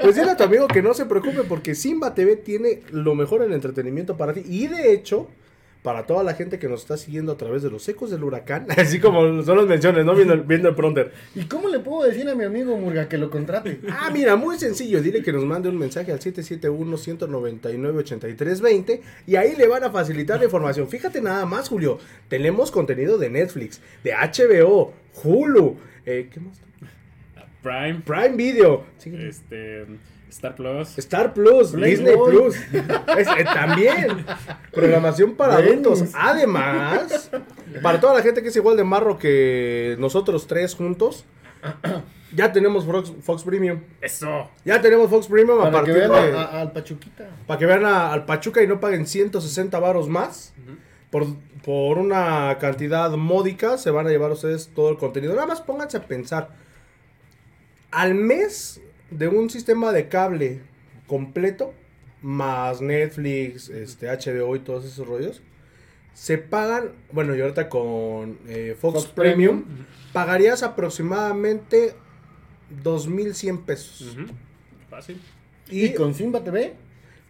Pues dile a tu amigo que no se preocupe porque Simba TV tiene lo mejor en entretenimiento para ti. Y de hecho, para toda la gente que nos está siguiendo a través de los ecos del huracán, así como son las menciones, ¿no? Viendo, el- viendo el pronter. ¿Y cómo le puedo decir a mi amigo Murga que lo contrate? Ah, mira, muy sencillo. Dile que nos mande un mensaje al 771-199-8320 y ahí le van a facilitar la información. Fíjate nada más, Julio. Tenemos contenido de Netflix, de HBO, Hulu. eh, ¿Qué más? Prime, Prime Video. sí, Eh. este, Star Plus. Star Plus, Play Disney Boy. Plus. Es- eh, también. Programación para Bueno. adultos. Además, para toda la gente que es igual de marro que nosotros tres juntos, ya tenemos Fox, Fox Premium. Eso. Ya tenemos Fox Premium a Para que partir vean de- a- a- al Pachuquita. para que vean a- al Pachuca y no paguen 160 varos más. Por, por una cantidad módica se van a llevar ustedes todo el contenido. Nada más pónganse a pensar. Al mes de un sistema de cable completo, más Netflix, este, HBO y todos esos rollos, se pagan, bueno, y ahorita con eh, Fox, Fox Premium, pagarías aproximadamente 2.100 pesos. Ujú. Fácil. Y, con Simba TV.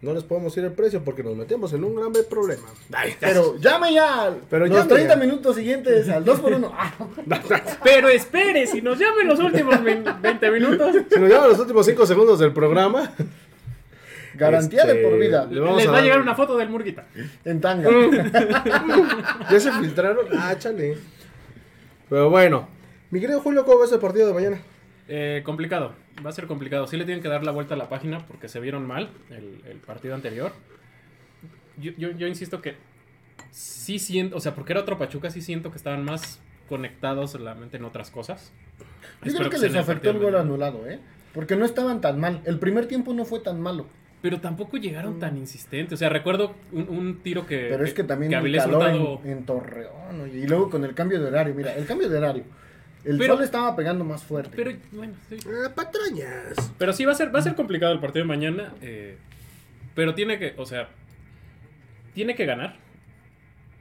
No les podemos ir el precio porque nos metemos en un grave problema. Ay, Pero llame ya al- Pero los llame 30 ya. minutos siguientes al 2x1. Pero espere, si nos llamen los últimos vein- 20 minutos. Si nos llevan los últimos 5 segundos del programa, garantía de Este, por vida. Le vamos Les a va a dar- llegar una foto del Murguita. En tanga. ya se filtraron. Ah, chale. Pero bueno, mi querido Julio, ¿cómo ves el partido de mañana? Eh, complicado, va a ser complicado. Sí le tienen que dar la vuelta a la página porque se vieron mal el, el partido anterior. Yo, yo- yo insisto que sí siento, o sea, porque era otro Pachuca, sí siento que estaban más conectados la mente en otras cosas. Yo Espero creo que sea les en afectó el partido gol de- anulado, ¿eh? Porque no estaban tan mal. El primer tiempo no fue tan malo. Pero tampoco llegaron tan insistentes. O sea, recuerdo un, un tiro Eh, que. Pero es que también el Avilés calor Hurtado- en, en Torreón. oye, Y luego con el cambio de horario. Mira, el cambio de horario. El Pero- sol estaba pegando más fuerte. Pero bueno, sí. Ah, patrañas. Pero sí, va a ser, va a ser complicado el partido de mañana. eh, pero tiene que, o sea, tiene que ganar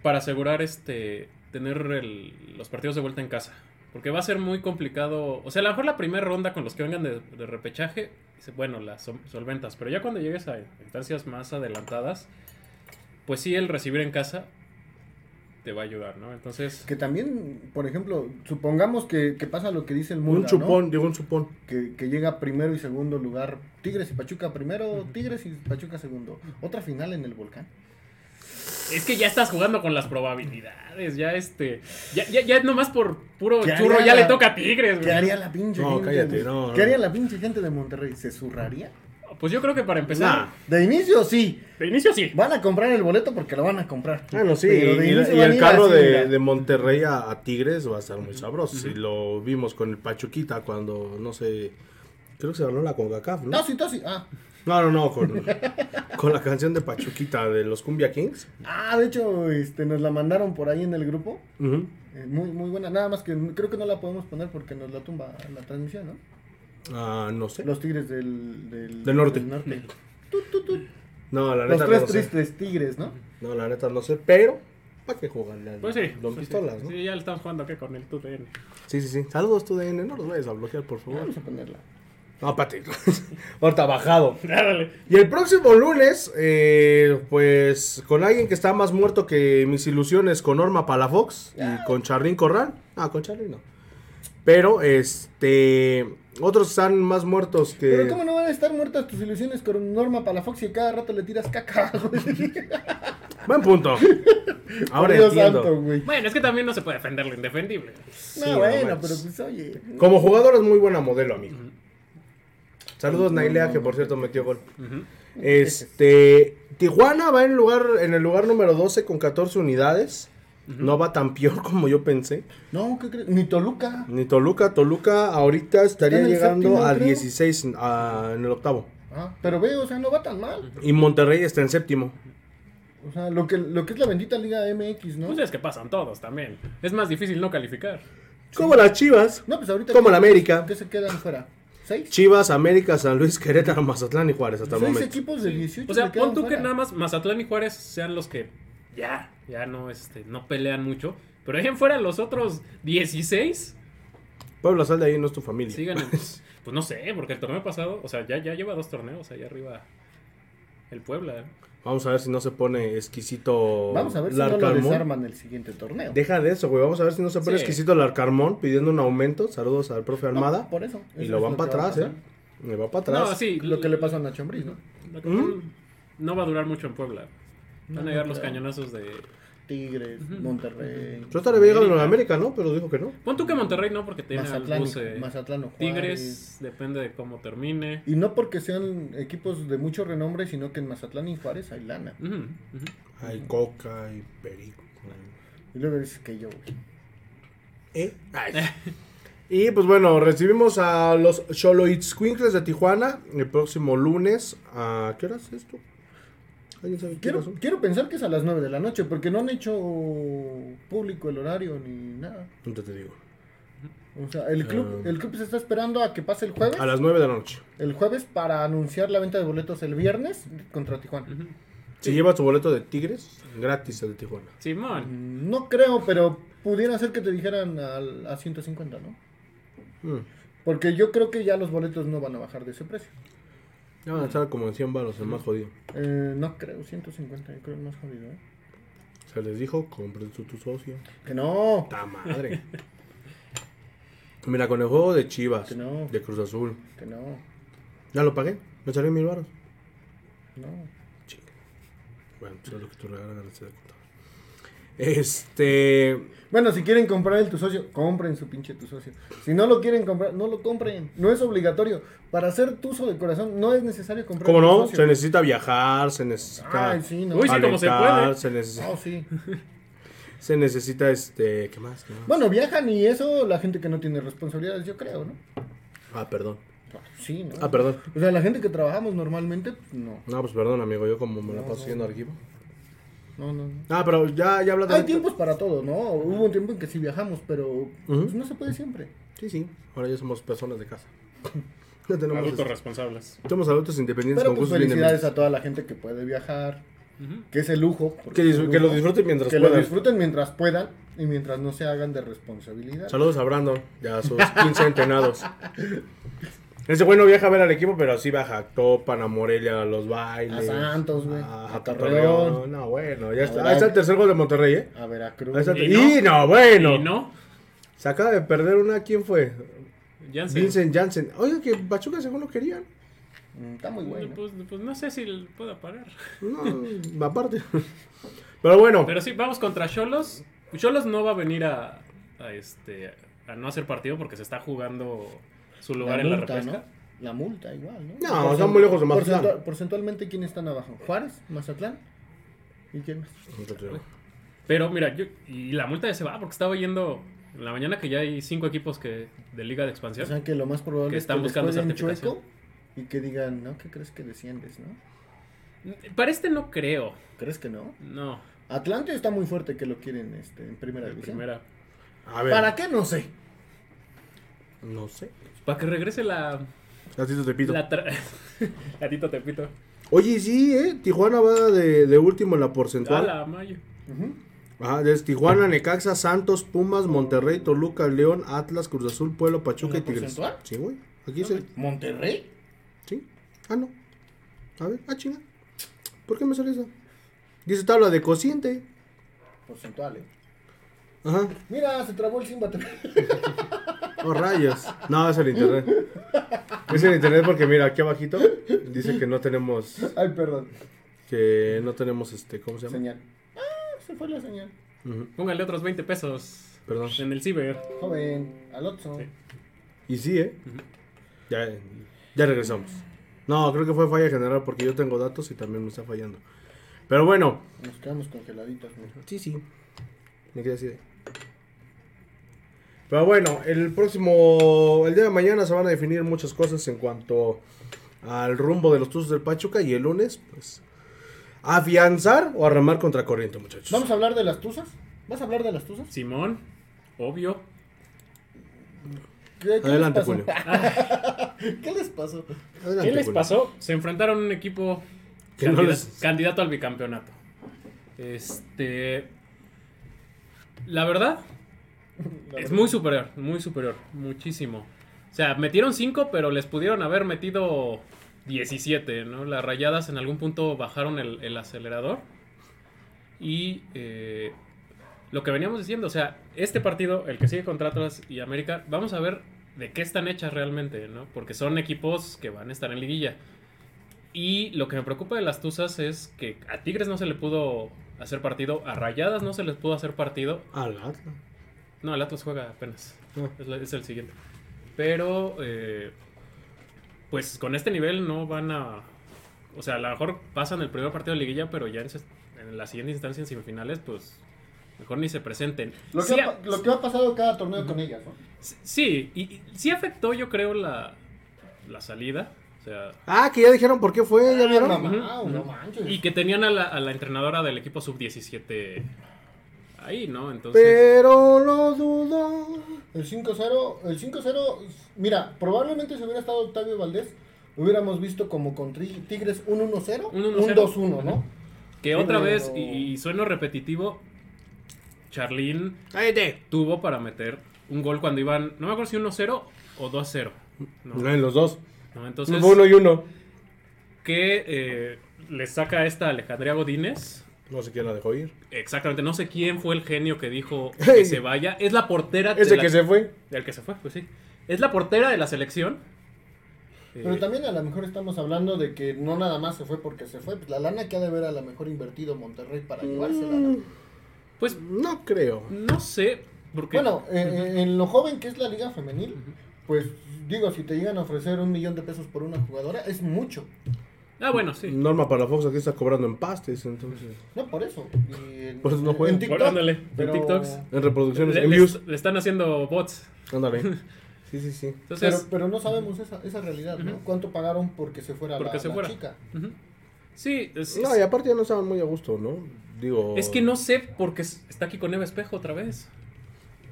para asegurar este tener el- los partidos de vuelta en casa. Porque va a ser muy complicado. O sea, a lo mejor la primera ronda con los que vengan de, de repechaje, dice, bueno, las sol- solventas. Pero ya cuando llegues a instancias más adelantadas, pues sí, el recibir en casa te va a ayudar, ¿no? Entonces, Que también, por ejemplo, supongamos que, que pasa lo que dice el mundo. Un chupón, digo un chupón. que, que llega primero y segundo lugar. Tigres y Pachuca primero, Tigres y Pachuca segundo. Otra final en el volcán. es que ya estás jugando con las probabilidades. Ya este. Ya, ya, ya nomás por puro ¿Qué churro, haría ya la- le toca a Tigres, ¿Qué güey. haría la pinche No, gente? cállate, de- no, ¿Qué no. haría la pinche gente de Monterrey? ¿Se zurraría? Pues yo creo que para empezar. De inicio sí. De inicio sí. Van a comprar el boleto porque lo van a comprar. Bueno, Ah, sí, Pero de y, inicio y van a el ir carro así, de, mira. de Monterrey a, a Tigres va a estar muy sabroso. Si lo vimos con el Pachuquita cuando, no sé, creo que se ganó la CONCACAF, ¿no? Tosi, tosi. Ah. No, no, no, con, con la canción de Pachuquita de los Cumbia Kings. Ah, de hecho, este, nos la mandaron por ahí en el grupo. Ujú. Eh, muy, muy buena. Nada más que n- creo que no la podemos poner porque nos la tumba la transmisión, ¿no? Ah, no sé. Los tigres del, del, Del norte. Tut, tut, tut. No, la Los neta tres no sé. tristes tigres, ¿no? No, la neta no sé, pero ¿para qué jugarle al Pues sí. Don sí, Pistolas, sí. no? Sí, ya le estamos jugando acá con el TUDN. Sí, sí, sí. Saludos tú DN, no los vayas a bloquear, por favor. Vamos a ponerla. Eh. No, pate. Ahorita bajado. Dale. Y el próximo lunes, eh, pues con alguien que está más muerto que mis ilusiones con Norma Palafox y con Charlín Corral. Ah, con Charlín no. Pero, este. Otros están más muertos que. Pero ¿cómo no van a estar muertas tus ilusiones con Norma Palafox y cada rato le tiras caca, güey? Buen punto. Ahora Dios entiendo. santo, güey. Bueno, es que también no se puede defender lo indefendible. No, no bueno, manches. pero pues oye. Como jugador es muy buena modelo, amigo. Saludos Nailea, que por cierto metió gol. Este, Tijuana va en lugar en el lugar número 12 con 14 unidades. No va tan peor como yo pensé. No, ¿qué crees? Ni Toluca. Ni Toluca, Toluca ahorita estaría Está en el llegando séptimo, a creo. 16 a- en el octavo. Ah, pero ve, o sea, no va tan mal. Y Monterrey está en séptimo. O sea, lo que, lo que es la bendita Liga MX, ¿no? Pues es que pasan todos también. Es más difícil no calificar. Como las Chivas. No, pues ahorita. Como ¿qué- la América. ¿Qué se quedan fuera? ¿Seis? Chivas, América, San Luis, Querétaro, Mazatlán y Juárez hasta el Seis momento. equipos de 18. O sea, se pues quedan pon tú que fuera. nada más Mazatlán y Juárez sean los que ya, ya no, este, no pelean mucho. Pero dejen fuera los otros 16. Puebla, sal de ahí, no es tu familia. Pues Sigan en- Pues no sé, porque el torneo pasado, o sea, ya, ya lleva dos torneos ahí arriba. El Puebla. Vamos a ver si no se pone exquisito. Vamos a ver si no lo Larcarmón. desarman el siguiente torneo. Deja de eso, güey. Vamos a ver si no se pone Sí. exquisito el Arcarmón pidiendo un aumento. Saludos al profe No, Armada. por eso. y Eso lo es van lo para que va a atrás, ¿eh? pasar. Le va para atrás. No, ¿eh? sí. Lo que le pasa ¿Mm? a Nacho Ambriz, ¿no? No va a durar mucho en Puebla. Van a llegar los cañonazos de. Tigres, Monterrey. Yo estaría bien llegando en América, ¿no? Pero dijo que no. Pon tú que Monterrey no, porque tiene al Mazatlán, bus, eh, Mazatlán o Juárez. Tigres, depende de cómo termine. Y no porque sean equipos de mucho renombre, sino que en Mazatlán y Juárez hay lana. Ujú, ujú. Hay coca y perico. Y luego dices que yo, güey. ¿Eh? Ay. y pues bueno, recibimos a los Xoloitzcuincles de Tijuana el próximo lunes. ¿A qué hora es esto? ¿Alguien sabe qué horas Quiero, son? quiero pensar que es a las 9 de la noche, porque no han hecho público el horario ni nada. Ahorita te digo. O sea, el club, Ah. el club se está esperando a que pase el jueves. A las 9 de la noche. El jueves para anunciar la venta de boletos el viernes contra Tijuana. Si llevas tu boleto de Tigres, gratis el de Tijuana. Simón. Mm, No creo, pero pudiera ser que te dijeran al- a 150, ¿no? Mm. Porque yo creo que ya los boletos no van a bajar de ese precio. Ya van a estar como en 100 baros, el más jodido. Eh, no creo, 150, yo creo el más jodido, ¿eh? Se les dijo, compren su tu socio. Que no. ¡Ta madre! Mira, con el juego de Chivas, Que no. de Cruz Azul. Que no. Ya lo pagué, me salió mil baros. No. Chinga. Bueno, pues es lo que tú regalas a la sede de contador. Este. Bueno, si quieren comprar el tu socio, compren su pinche tu socio. Si no lo quieren comprar, no lo compren. No es obligatorio. Para hacer tuzo de corazón, no es necesario comprar ¿Cómo tu no? socio. Se necesita viajar, se necesita. Ay, sí, no. Uy, sí. como se puede. se, necesita, No, sí. se necesita este. ¿Qué más? ¿Qué más? Bueno, viajan y eso la gente que no tiene responsabilidades, yo creo, ¿no? Ah, perdón. Sí, ¿no? Ah, perdón. O sea, la gente que trabajamos normalmente, pues, no. No, pues perdón, amigo, yo como me la paso haciendo archivo. No, no, no. Ah, pero ya, ya hablaste. Hay de- tiempos para todo, ¿no? Hubo un tiempo en que sí viajamos, pero pues, no se puede siempre. Sí, sí. Ahora ya somos personas de casa. Ya tenemos. Adultos responsables. Somos adultos independientes Pero con pues gustos bien felicidades independientes. a toda la gente que puede viajar, Ujú. que es el lujo. porque Que, es disfr- el que lo lujo. disfruten mientras Que lo puedan. disfruten mientras puedan y mientras no se hagan de responsabilidad. Saludos a Brandon y a sus 15 entrenados. Ese güey no viaja a ver al equipo, pero sí baja a Topan, a Morelia, a los bailes. A Santos, güey. A, A Torreón. Torreón. No, bueno, ya está. ver, Ahí está a- el tercer gol de Monterrey, ¿eh? A Veracruz. Ahí está el- ¿Y Y, no? no, bueno. Y no, Se acaba de perder una. ¿Quién fue? Jansen. Vincent Janssen. Oiga, que Pachuca según lo querían. Mm, Está muy bueno. Pues, pues no sé si le pueda pagar. No, aparte. Pero bueno, Pero sí, vamos contra Cholos. Cholos no va a venir a, a este a no hacer partido porque se está jugando su lugar en la repesca. ¿no? La multa igual, ¿no? No, Porcent- están muy lejos de Mazatlán. porcentua- porcentualmente, ¿quién están abajo? ¿Juárez? ¿Mazatlán? ¿Y quién más? Pero mira, yo, y la multa ya se va porque estaba yendo en la mañana que ya hay cinco equipos que de Liga de O Expansión. sea, que lo más probable Que es que están les buscando jueguen certificación. chueco y que digan, ¿no? ¿Qué crees que desciendes, no? Para este no creo. ¿Crees que no? No, Atlante está muy fuerte que lo quieren este, en primera de división. primera. a ver. ¿Para qué? No sé. No sé. Para que regrese la. Gatito te pito. la tra- Gatito Tepito. Oye, sí, ¿eh? Tijuana va de, de último en la A porcentual. la Mayo. Ujú. Ajá, desde Tijuana, Necaxa, Santos, Pumas, Monterrey, Toluca, León, Atlas, Cruz Azul, Pueblo, Pachuca y ¿En la Tigres. porcentual? Sí, güey. Aquí dice. ¿Monterrey? Sí. Ah, no. A ver, ah, chinga. ¿Por qué me sale eso? Dice tabla de cociente. Porcentuales. Ajá. ¿eh? Mira, se trabó el Simba. Oh, rayos. No, es el internet. Es el internet porque mira, aquí abajito dice que no tenemos. Ay, perdón. Que no tenemos este. ¿Cómo se llama? Señal. Ah, se fue la señal. Ujú, Póngale otros 20 pesos. Perdón. En el ciber. Joven, al Otso. Sí. Y sí, ¿eh? Ya, ya regresamos. No, creo que fue falla general porque yo tengo datos y también me está fallando. Pero bueno. Nos quedamos congeladitos. mijo. Sí, sí. Me quedé así de- Pero bueno, el próximo. El día de mañana se van a definir muchas cosas en cuanto al rumbo de los tuzos del Pachuca. Y el lunes, pues. Afianzar o arramar contra corriente, muchachos. Vamos a hablar de las tuzas. ¿Vas a hablar de las tuzas? Simón. Obvio. ¿Qué- qué les Adelante, pasó? Julio. ¿Qué les pasó? Adelante, ¿Qué les Julio. pasó? Se enfrentaron a un equipo Que no candida- les- candidato al bicampeonato. Este. La verdad, es muy superior, muy superior, muchísimo. O sea, metieron cinco, pero les pudieron haber metido 17, ¿no? Las rayadas en algún punto bajaron el, el acelerador. Y eh, lo que veníamos diciendo, o sea, este partido, el que sigue contra Atlas y América, vamos a ver de qué están hechas realmente, ¿no? Porque son equipos que van a estar en liguilla. Y lo que me preocupa de las Tuzas es que a Tigres no se le pudo hacer partido, a Rayadas no se les pudo hacer partido. Al Atlas. No, el Atlas juega apenas. Ah. Es, la- es el siguiente. Pero, eh, pues con este nivel no van a... O sea, a lo mejor pasan el primer partido de liguilla, pero ya en, ses- en la siguiente instancia, en semifinales, pues mejor ni se presenten. Lo que, Sí, ha, a- pa- lo que ha pasado cada torneo con ellas, ¿no? Sí, y, y sí afectó, yo creo, la, la salida. O sea, Ah, que ya dijeron por qué fue, ya vieron. Mamá, Ujú, no ujú. manches. y que tenían a la, a la entrenadora del equipo sub-17 ahí, ¿no? Entonces, Pero lo dudo. El 5-0, el 5-0, mira, probablemente si hubiera estado Octavio Valdés, hubiéramos visto como con Tri- Tigres un 1-0, Un un 1-0. 2-1, ¿no? que otra pero- vez, y, y sueno repetitivo, Charlín Cállate. tuvo para meter un gol cuando iban, no me acuerdo si 1-0 o 2-0. ¿no? No, en los dos. ¿no? Entonces, uno y uno. que eh, le saca esta Alejandría Godínez. No sé quién la dejó ir. Exactamente, no sé quién fue el genio que dijo Hey. que se vaya. Es la portera de Ese la- que se fue. Del que se fue, pues sí. Es la portera de la selección. Eh, Pero también a lo mejor estamos hablando de que no nada más se fue porque se fue, pues la lana que ha de haber a lo mejor invertido Monterrey Mm. para llevársela. ¿no? pues No creo. no sé, porque Bueno, eh, eh, en lo joven que es la liga femenil, pues digo, si te llegan a ofrecer un millón de pesos por una jugadora, es mucho. Ah, bueno, sí. Norma para Fox aquí está cobrando en pastes, entonces. No, por eso. Y en, Por eso no juegan. en TikTok, Bueno, ándale, en pero- TikToks. En Le, reproducciones, en le- views. le están haciendo bots. Ándale. Sí, sí, sí. Pero, Entonces, pero no sabemos esa, esa realidad, ¿no? ¿Cuánto pagaron porque se fuera porque la, se la fuera. chica? Ujú. Sí, es, No, y aparte ya no estaban muy a gusto, ¿no? Digo. es que no sé porque es- está aquí con Eva Espejo otra vez.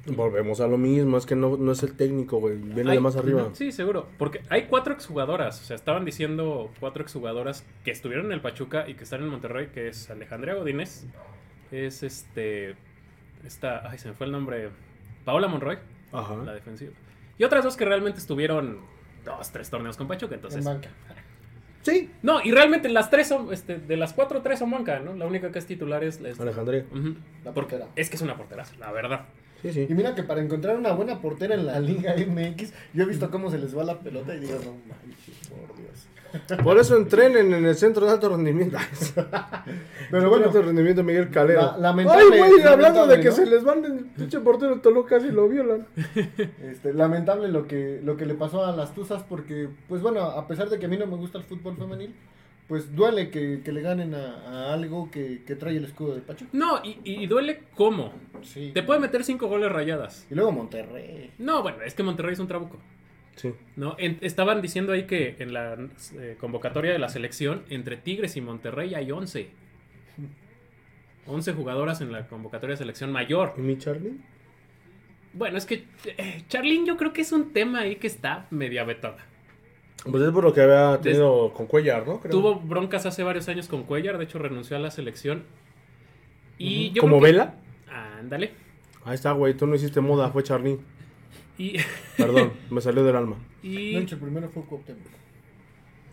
Volvemos a lo mismo, es que no, no es el técnico, güey. Viene de Hay- más arriba. Ujú, Sí, seguro. Porque hay cuatro exjugadoras. O sea, estaban diciendo cuatro exjugadoras que estuvieron en el Pachuca y que están en Monterrey, que es Alejandra Godínez. Es este. Esta. Ay, se me fue el nombre. Paola Monroy, la Ajá. defensiva. Y otras dos que realmente estuvieron dos, tres torneos con Pachuca. en Entonces. banca. Sí. No, y realmente las tres son. Este, de las cuatro, tres son banca, ¿no? La única que es titular es. es- Alejandría. Ujú. La Porque portera. Es que es una portera, la verdad. Sí, sí. Y mira que para encontrar una buena portera en la Liga MX, yo he visto cómo se les va la pelota y digo, no manches, por Dios. Por eso entrenen en el centro de alto rendimiento. Pero Centro de bueno, alto rendimiento Miguel Calero. La- lamentable- Ay, güey, hablando lamentable, de que ¿no? se les van el pinche portero de Toluca y lo violan. este, lamentable lo que, lo que le pasó a las Tuzas porque, pues bueno, a pesar de que a mí no me gusta el fútbol femenil, pues duele que, que le ganen a, a algo que, que trae el escudo de Pachuca. No, y, y- y duele cómo. Sí. Te puede meter cinco goles rayadas. Y luego Monterrey. No, bueno, es que Monterrey es un trabuco. Sí. ¿no? En- estaban diciendo ahí que en la eh, convocatoria de la selección, entre Tigres y Monterrey hay 11. 11 jugadoras en la convocatoria de selección mayor. ¿Y mi Charlie? Bueno, es que eh, Charlín yo creo que es un tema ahí que está media vetada. Pues es por lo que había tenido con Cuellar, ¿no? Creo. Tuvo broncas hace varios años con Cuellar, de hecho renunció a la selección. Y yo ¿Como creo que- Vela? Ándale. Ahí está, güey. Tú no hiciste moda, fue Charlie. Y, Perdón, me salió del alma. y- No, el primero fue Cuauhtémoc.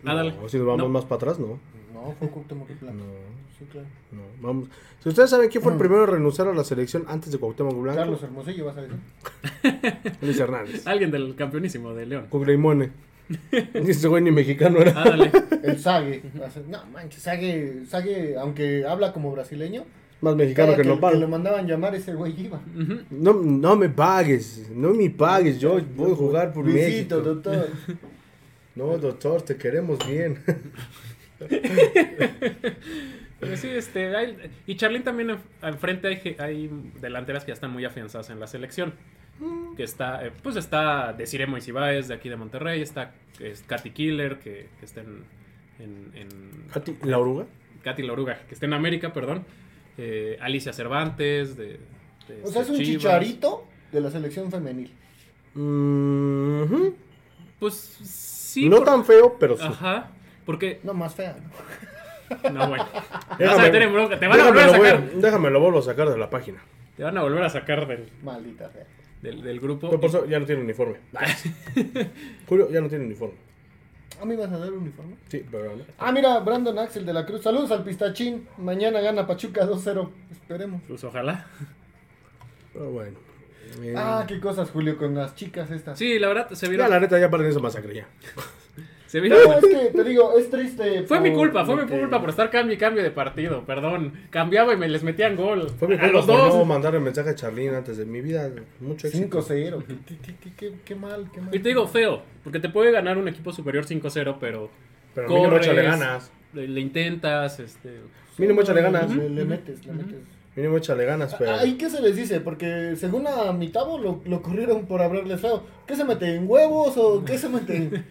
ándale. No, si nos vamos Ah, No. más para atrás, no. No, fue Cuauhtémoc Blanco. No. Sí, claro. No, vamos. Si ustedes saben quién fue Mm. el primero en renunciar a la selección antes de Cuauhtémoc Blanco, Carlos Hermosillo, vas a decir. Luis Hernández. Alguien del campeonísimo de León. Cucleimone. Ese güey ni mexicano era. Ándale. El Sague. va a ser- No, manches, Sague, Sague, aunque habla como brasileño, Más mexicano cada que que, no que lo mandaban llamar ese güey iba. Ujú. No, no me pagues, no me pagues, yo voy a jugar por Luisito, México. doctor. No, doctor, te queremos bien. Pero sí, este, hay- y Charlín también en- al frente hay, ge- hay delanteras que ya están muy afianzadas en la selección. Mm. Que está, eh, pues está Desiree Moisibáez de aquí de Monterrey, está es Katy Killer, que, que está en, en, en- Katy, ¿La oruga? Katy La Oruga, que está en América, perdón. Eh, Alicia Cervantes, de, de este O sea, es un Chivas. chicharito de la selección femenil. Mhm. Pues sí. no por- tan feo, pero sí. Ajá. Porque, No, más fea. ¿no? no, bueno. Te vas a Déjame- meter en bronca, te van a volver a déjamelo, sacar. voy a- déjamelo, vuelvo a sacar de la página. Te van a volver a sacar del, Maldita fea. del, del grupo. Ah, Pero por eso ya no tiene uniforme. Julio ya no tiene uniforme. ¿Ah, me ibas a dar un uniforme? Sí, pero no. Ah, mira, Brandon Axel de la Cruz. Saludos al pistachín. Mañana gana Pachuca 2-0. Esperemos. Pues ojalá. Pero bueno. Eh, Ah, qué cosas, Julio, con las chicas estas. Sí, la verdad, se ya vieron. la neta, ya perdí esa masacre ya. Se No, vieron. es que te digo, es triste. Fue mi por culpa, fue lo mi que- culpa por estar cambio y cambio de partido, perdón. Cambiaba y me les metían gol. Fue mi a culpa los por dos. no mandar el mensaje a Charlene antes de mi vida. Mucho éxito. 5-0. Qué- qué- qué- qué- Qué qué mal, qué mal. Y te digo feo, porque te puede ganar un equipo superior 5-0, pero Pero mínimo Corres. échale ganas. le, le intentas, este. Mínimo échale ganas. Le, le metes, le metes. Mínimo échale ganas, pero. ¿Ahí qué se les dice? Porque según a mi tabo lo, lo corrieron por hablarles feo. ¿Qué se meten? ¿Huevos o qué se meten?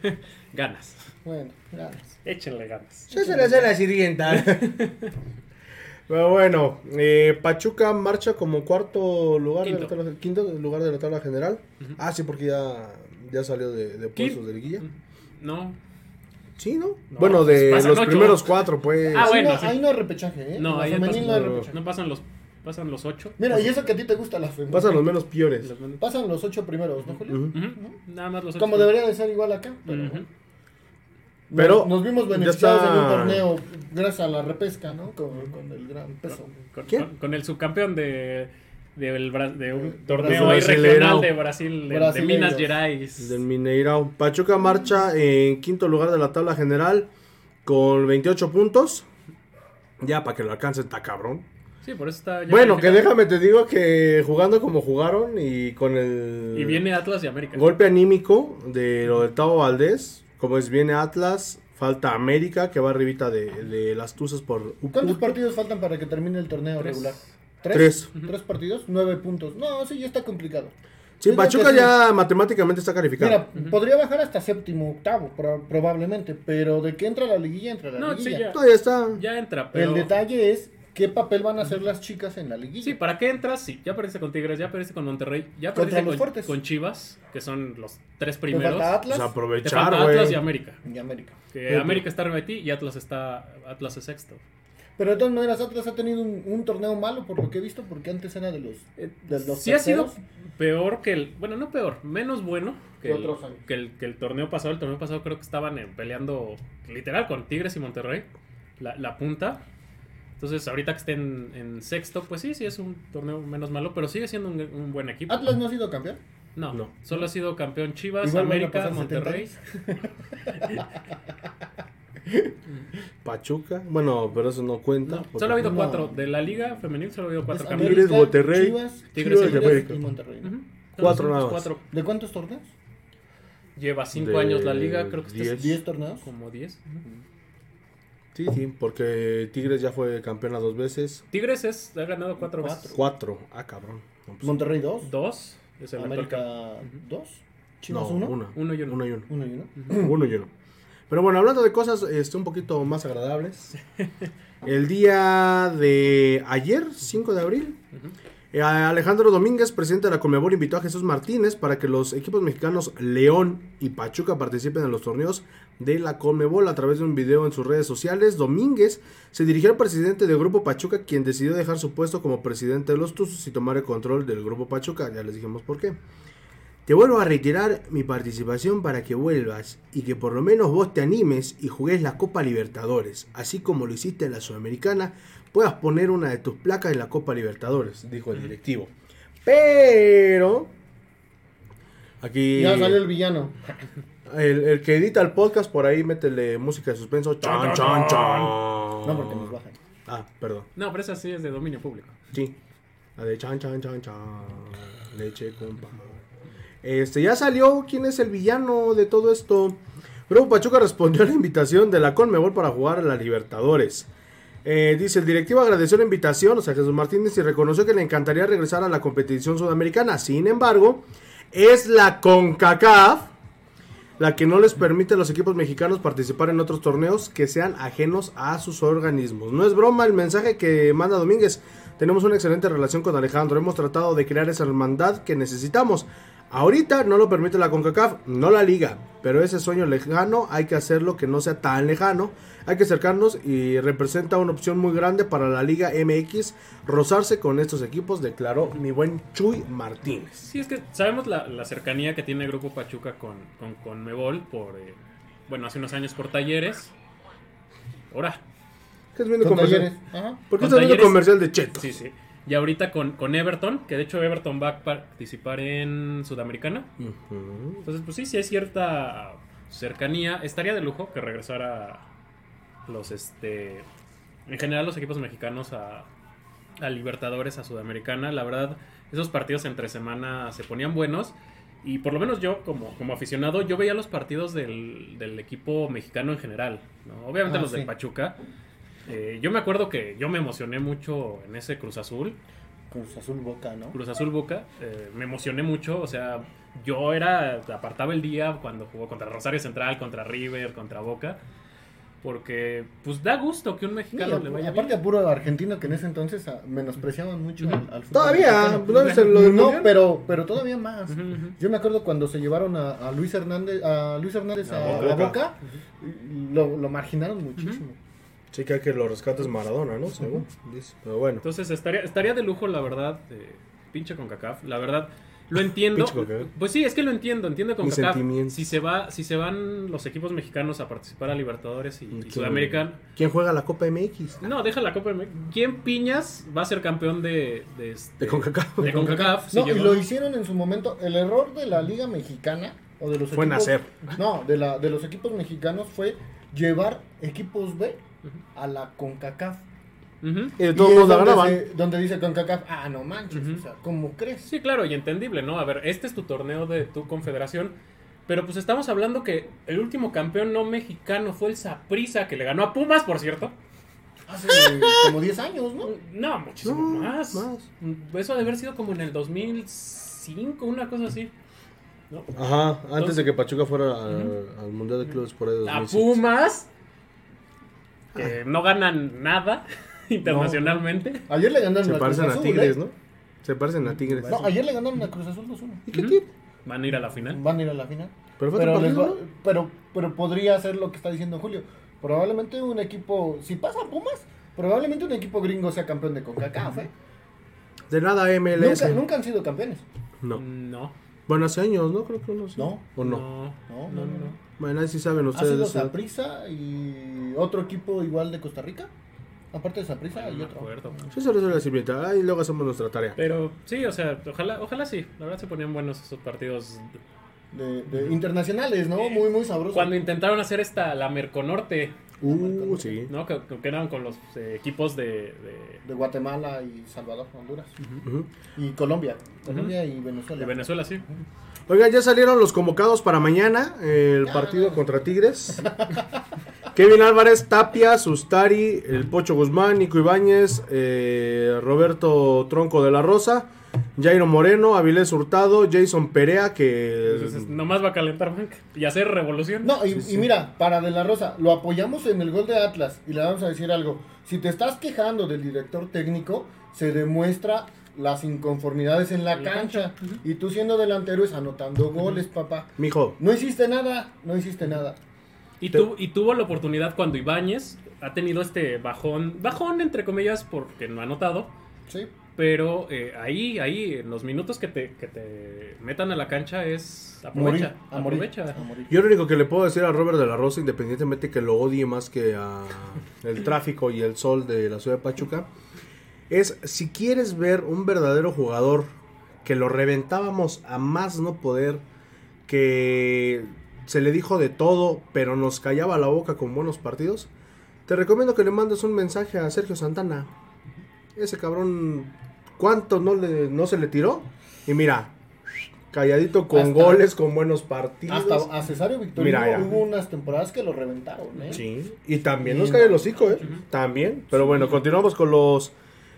Ganas. Bueno, gracias. Échenle ganas. Yo se la sé la sirvienta. Pero bueno, eh, Pachuca marcha como cuarto lugar, Quinto. De la tabla, quinto lugar de la tabla general. Ah, sí, porque ya, ya salió de, de puestos Quin- de liguilla. No. Sí, ¿no? No, pues bueno, de pasan los ocho. primeros cuatro, pues. Ah, Ahí bueno, no, sí. ahí no hay repechaje, ¿eh? No, La ahí femenil pasan- no hay no. repechaje. No pasan los. Pasan los ocho. Mira, y eso que a ti te gusta la femenil. Pasan los menos peores. Los mandan- Pasan los ocho primeros, ¿no, Julio? Ujú. Ujú, Nada más los ocho. Como debería de ser igual acá. Pero, Ujú. Pero nos, nos vimos ya beneficiados está- en un torneo gracias a la repesca, ¿no? Con, con el gran peso. Con, ¿Quién? con- con el subcampeón de, de, el Bra- de un De torneo Brasil. ahí regional Brasileirao. de Brasil, de- de, Brasileiros. Minas Gerais. Del Mineirao. Pachuca marcha en quinto lugar de la tabla general con 28 puntos. Ya, para que lo alcance está cabrón. Sí, por eso está. ya Bueno, que calificado. déjame te digo que jugando como jugaron y con el... Y viene Atlas y América. Golpe anímico de lo de Tavo Valdés. Como es, viene Atlas, falta América, que va arribita de, de las Tuzas por un ¿Cuántos punto. partidos faltan para que termine el torneo Tres. regular? Tres. ¿Tres partidos? Nueve puntos. No, sí, ya está complicado. Sí, Yo creo Pachuca que ya matemáticamente está calificado. Mira, podría bajar hasta séptimo, octavo, pro- probablemente, pero de que entra la liguilla, entra la No, sí, liguilla. ya. Todavía está. Ya entra, pero. El detalle es qué papel van a hacer las chicas en la liguilla. Sí, ¿para qué entras? Sí, ya perdiste con Tigres, ya perdiste con Monterrey, ya Contra perdiste los con, fuertes. con Chivas, que son los tres Te primeros. falta Pues Atlas Te aprovechar, falta Atlas y güey. América. y América. Que América está arriba de ti y Atlas está Atlas es sexto. Pero de todas maneras, Atlas ha tenido un, un torneo malo, por lo que he visto, porque antes era de los. Eh, de los sí ha sido terceros. peor que el, bueno, no peor, menos bueno que Que el, otros años. que el, que el torneo pasado. El torneo pasado creo que estaban eh, peleando literal con Tigres y Monterrey, la, la punta. Entonces ahorita que estén en sexto, pues sí, sí es un torneo menos malo, pero sigue siendo un, un buen equipo. Atlas no ha sido campeón. No, No. solo ha sido campeón Chivas, Igual van a América, pasar 70 Monterrey. Pachuca. Bueno, pero eso no cuenta. No, porque- solo ha habido no. cuatro. De la liga femenil solo ha habido cuatro Es cambios. Tigres, América, Monterrey, Chivas, Tigres Tigres, y y América. Monterrey. Ujú. Entonces, Cuatro son nada los más. cuatro. ¿De cuántos torneos? Lleva cinco De años la liga, creo que este es diez. ¿Diez torneos? como diez. Sí, sí, porque Tigres ya fue campeona dos veces. Tigres es, ha ganado cuatro, Cuatro. veces. Cuatro. Ah, cabrón. No, pues, Monterrey dos. Dos. Es el actual América dos. Chivas no, uno. una. Uno y uno. Uno y uno. Uno y uno. Uno y uno. Pero bueno, hablando de cosas este, un poquito más agradables. El día de ayer, 5 de abril, eh, Alejandro Domínguez, presidente de la Conmebol, invitó a Jesús Martínez para que los equipos mexicanos León y Pachuca participen en los torneos de la Conmebol a través de un video en sus redes sociales. Domínguez se dirigió al presidente del Grupo Pachuca, quien decidió dejar su puesto como presidente de los Tuzos y tomar el control del Grupo Pachuca. Ya les dijimos por qué. Te vuelvo a retirar mi participación para que vuelvas y que por lo menos vos te animes y jugues la Copa Libertadores, así como lo hiciste en la Sudamericana, puedas poner una de tus placas en la Copa Libertadores, dijo el directivo. Pero aquí Ya salió el el, villano. el que edita el podcast por ahí métele música de suspenso. Chan, chan, chan. No, porque nos bajan. Ah, perdón. No, pero esa sí es de dominio público. Sí. La de chan, chan, chan, chan. Leche con pan. Este, ya salió quién es el villano de todo esto. Grupo Pachuca respondió a la invitación de la Conmebol para jugar a la Libertadores. Eh, dice, el directivo agradeció la invitación, o sea, Jesús Martínez, y reconoció que le encantaría regresar a la competición sudamericana. Sin embargo, es la CONCACAF la que no les permite a los equipos mexicanos participar en otros torneos que sean ajenos a sus organismos. No es broma el mensaje que manda Domínguez. Tenemos una excelente relación con Alejandro. Hemos tratado de crear esa hermandad que necesitamos. Ahorita no lo permite la CONCACAF, no la liga. Pero ese sueño lejano hay que hacerlo que no sea tan lejano. Hay que acercarnos y representa una opción muy grande para la Liga MX rozarse con estos equipos, declaró mi buen Chuy Martínez. Sí, es que sabemos la, la cercanía que tiene el Grupo Pachuca con, con, con Mebol por, eh, bueno, hace unos años por talleres. Ahora, ¿Qué estás viendo Con talleres. comercial? Ajá. ¿Por qué Con estás viendo Talleres. comercial de Cheto? sí, sí. Y ahorita con, con Everton, que de hecho Everton va a participar en Sudamericana. Entonces, pues sí, sí hay cierta cercanía. Estaría de lujo que regresara los, este, en general los equipos mexicanos a, a Libertadores, a Sudamericana. La verdad, esos partidos entre semana se ponían buenos. Y por lo menos yo, como, como aficionado, yo veía los partidos del, del equipo mexicano en general. ¿no? Obviamente Ah, los del sí. Pachuca. Eh, yo me acuerdo que yo me emocioné mucho en ese Cruz Azul. Cruz Azul Boca, ¿no? Cruz Azul Boca, eh, me emocioné mucho, o sea, yo era, apartaba el día cuando jugó contra Rosario Central, contra River, contra Boca, porque pues da gusto que un Sí, mexicano le vaya aparte bien. a puro argentino que en ese entonces ah, menospreciaban mucho al, al fútbol Todavía, mexicano. ¿no es el- lo del No, mundial? pero, pero todavía más. Ujú, ujú. Yo me acuerdo cuando se llevaron a, a Luis Hernández a Luis Hernández a, A a Boca. Boca, y lo, lo marginaron muchísimo. Chica que lo rescates Maradona, ¿no? Según. dice. Pero bueno. Entonces estaría, estaría de lujo, la verdad, eh, pinche con CACAF, la verdad, lo entiendo. Pinche CONCACAF. pues sí, es que lo entiendo, entiendo con Mis CACAF. sentimientos. Si se, va, si se van los equipos mexicanos a participar a Libertadores y, y Sudamericana, ¿Quién juega la Copa MX? No, deja la Copa MX. ¿Quién piñas va a ser campeón de... De, este- Eh, De CONCACAF. De CONCACAF, sí No, y llegó. lo hicieron en su momento. El error de la Liga Mexicana o de los Fue equipos, nacer. No, de la de los equipos mexicanos fue llevar equipos B a la CONCACAF. Ujú. Y de Y todos es modos la donde ganaban. se- donde dice CONCACAF, ah, no manches, o sea, ¿cómo crees? Sí, claro, y entendible, ¿no? A ver, este es tu torneo de tu confederación. Pero pues estamos hablando que el último campeón no mexicano fue el Saprisa, que le ganó a Pumas, por cierto. Hace como 10 años, ¿no? No, muchísimo No, más. más. Eso debe haber sido como en el 2005, una cosa así. ¿no? Ajá, antes Entonces- de que Pachuca fuera al, al Mundial de Clubes por ahí de A 2006. Pumas, que no ganan nada internacionalmente. Ayer le Se ganaron a Cruz parecen a Azul. Tigres, ¿eh? ¿no? Se parecen a Tigres. No, ayer le ganaron a Cruz Azul 2-1. ¿Y qué Ujú. tiene? Van a ir a la final. Van a ir a la final. Pero Pero, fue otro les va- partido, pero, pero podría ser lo que está diciendo Julio. Probablemente un equipo, si pasa a Pumas, probablemente un equipo gringo sea campeón de CONCACAF. ¿eh? De nada MLS. Nunca, nunca han sido campeones. No. No. Bueno, hace años, ¿no? Creo que uno sí. No. ¿O no? No, no, no. no. Bueno, ahí sí saben Ha ustedes. sido de eso. Saprissa y otro equipo igual de Costa Rica. Aparte de Saprissa No y me otro. acuerdo. Sí, se resuelve la sirvienta. Ahí luego hacemos nuestra tarea. Pero sí, o sea, ojalá, ojalá sí. La verdad se ponían buenos esos partidos. De, de internacionales, ¿no? Muy, muy sabroso. Cuando intentaron hacer esta, la Merconorte, Uh, sí. ¿no? Que, que eran con los eh, equipos de, de- De Guatemala y Salvador, Honduras. Ujú. Y Colombia. Colombia de y Venezuela. Venezuela, sí. Oigan, ya salieron los convocados para mañana, eh, el partido contra Tigres. Kevin Álvarez, Tapia, Sustari, el Pocho Guzmán, Nico Ibáñez, eh, Roberto Tronco de la Rosa, Jairo Moreno, Avilés Hurtado, Jason Perea, Entonces, que... nomás va a calentar banca y hacer revolución. Em. No, y, y mira, para De La Rosa, lo apoyamos en el gol de Atlas y le vamos a decir algo. Si te estás quejando del director técnico, se demuestra las inconformidades en la En la cancha. Y tú siendo delantero es anotando goles, papá. Mijo, No hiciste nada, no hiciste nada. Y, Te- tu- y tuvo la oportunidad cuando Ibáñez ha tenido este bajón, bajón entre comillas, porque no ha notado. Sí. Pero eh, ahí, ahí, en los minutos que te, que te metan a la cancha es aprovecha, Morir, a morir, Ah. aprovecha. a morir. yo lo único que le puedo decir a Robert de la Rosa, independientemente que lo odie más que a el tráfico y el sol de la ciudad de Pachuca, es si quieres ver un verdadero jugador que lo reventábamos a más no poder, que se le dijo de todo, pero nos callaba la boca con buenos partidos, te recomiendo que le mandes un mensaje a Sergio Santana. Ese cabrón, ¿cuánto no, le, no se le tiró? Y mira, calladito con Hasta- goles, con buenos partidos. Hasta a Cesario Victorino Mira, ya. hubo unas temporadas que lo reventaron, ¿eh? Sí, y también Y nos no. cae el hocico, ¿eh? También. Pero bueno, continuamos con los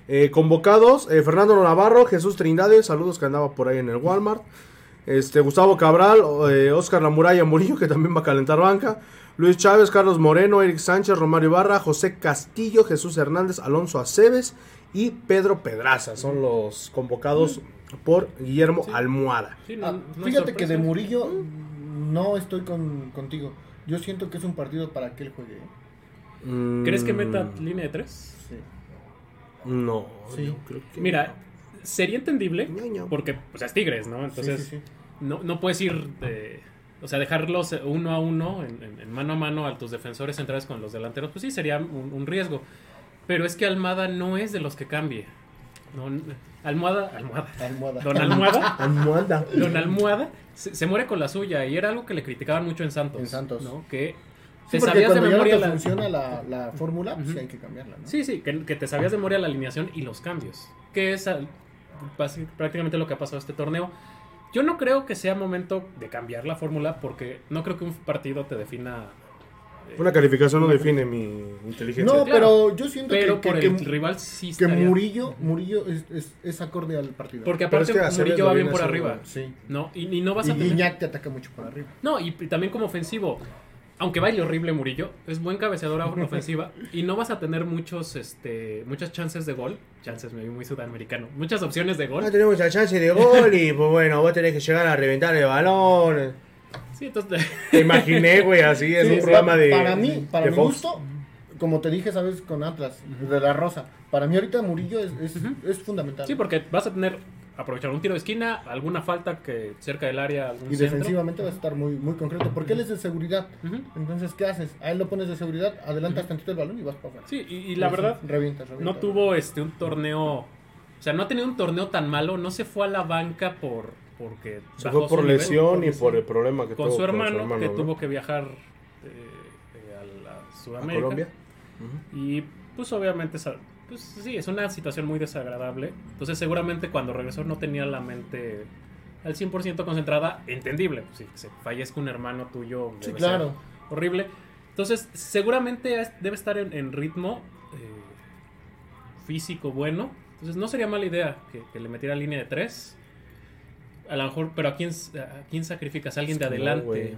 eh, convocados. Eh, Fernando Navarro, Jesús Trindade, saludos que andaba por ahí en el Walmart. Este, Gustavo Cabral, o, eh, Oscar Lamuraya Murillo, que también va a calentar banca. Luis Chávez, Carlos Moreno, Eric Sánchez, Romario Ibarra, José Castillo, Jesús Hernández, Alonso Aceves y Pedro Pedraza. Son los convocados por Guillermo Almohada. Sí, no- Ah, Mm. no es fíjate que sorpresa. de Murillo no estoy con- contigo. Yo siento que es un partido para que él juegue. ¿eh? ¿Crees que meta Mm, línea de tres? Sí. No, Sí. yo creo que- Mira, sería entendible Ñaño. porque pues, es Tigres, ¿no? Entonces sí, sí, sí. No, no puedes ir de, O sea, dejarlos uno a uno, en, en- en mano a mano, a tus defensores centrales con los delanteros, pues sí, sería un, un riesgo. Pero es que Almada no es de los que cambie. No, n- Almohada, Almohada. Almohada. Don Almohada. Almohada. Don Almohada se, se muere con la suya y era algo que le criticaban mucho en Santos. En Santos. ¿no? Que Sí, te porque sabías de cuando ya no memoria te la... funciona la, la fórmula, pues Ujú. sí hay que cambiarla, ¿no? Sí, sí, que, que te sabías de memoria la alineación y los cambios. Que es al- basi- prácticamente lo que ha pasado este torneo. Yo no creo que sea momento de cambiar la fórmula porque no creo que un partido te defina. eh, Una calificación no define mi inteligencia. No, claro. pero yo siento pero que, por que- el que- rival sí que estaría- Murillo, Murillo es, es- es acorde al partido. Porque Pero es aparte que Aceves Murillo lo va viene bien por haciendo- arriba. Sí. No, y, y no vas Y a tener- Guiñac te ataca mucho por arriba. No, y, y también como ofensivo. Aunque baile horrible Murillo, es buen cabeceador ofensiva y no vas a tener muchos, este, muchas chances de gol. Chances, me vi muy sudamericano. Muchas opciones de gol. Ah, tenemos la chance de gol y pues bueno, vos tenés que llegar a reventar el balón. Sí, entonces. Te imaginé, güey, así en Sí, un programa de. Para mí, para de mi Fox. gusto, como te dije, sabes, con Atlas, de la Rosa, para mí ahorita Murillo es, es, es fundamental. Sí, porque vas a tener aprovechar un tiro de esquina, alguna falta que cerca del área, algún y centro. defensivamente vas a estar muy, muy concreto, porque él es de seguridad. Ujú. Entonces, ¿qué haces? A él lo pones de seguridad, adelantas tantito el balón y vas para afuera. Sí, y, y la Así, verdad revientas, no revientas. tuvo este un torneo, o sea, no ha tenido un torneo tan malo, no se fue a la banca por porque Se bajó fue su por nivel, lesión y lesión. por el problema que con tuvo su hermano, que ¿no? tuvo que viajar eh, eh, a la ¿A Sudamérica. Colombia. Y pues obviamente esa- pues, sí, es una situación muy desagradable. Entonces seguramente cuando regresó no tenía la mente al 100% concentrada, entendible. pues, Si se fallezca un hermano tuyo, Sí, debe claro. ser horrible. Entonces seguramente es- debe estar en, en ritmo eh, físico bueno. Entonces no sería mala idea que, que le metiera línea de tres. A lo mejor, pero ¿a quién, a quién sacrificas? ¿A alguien de No, adelante? güey.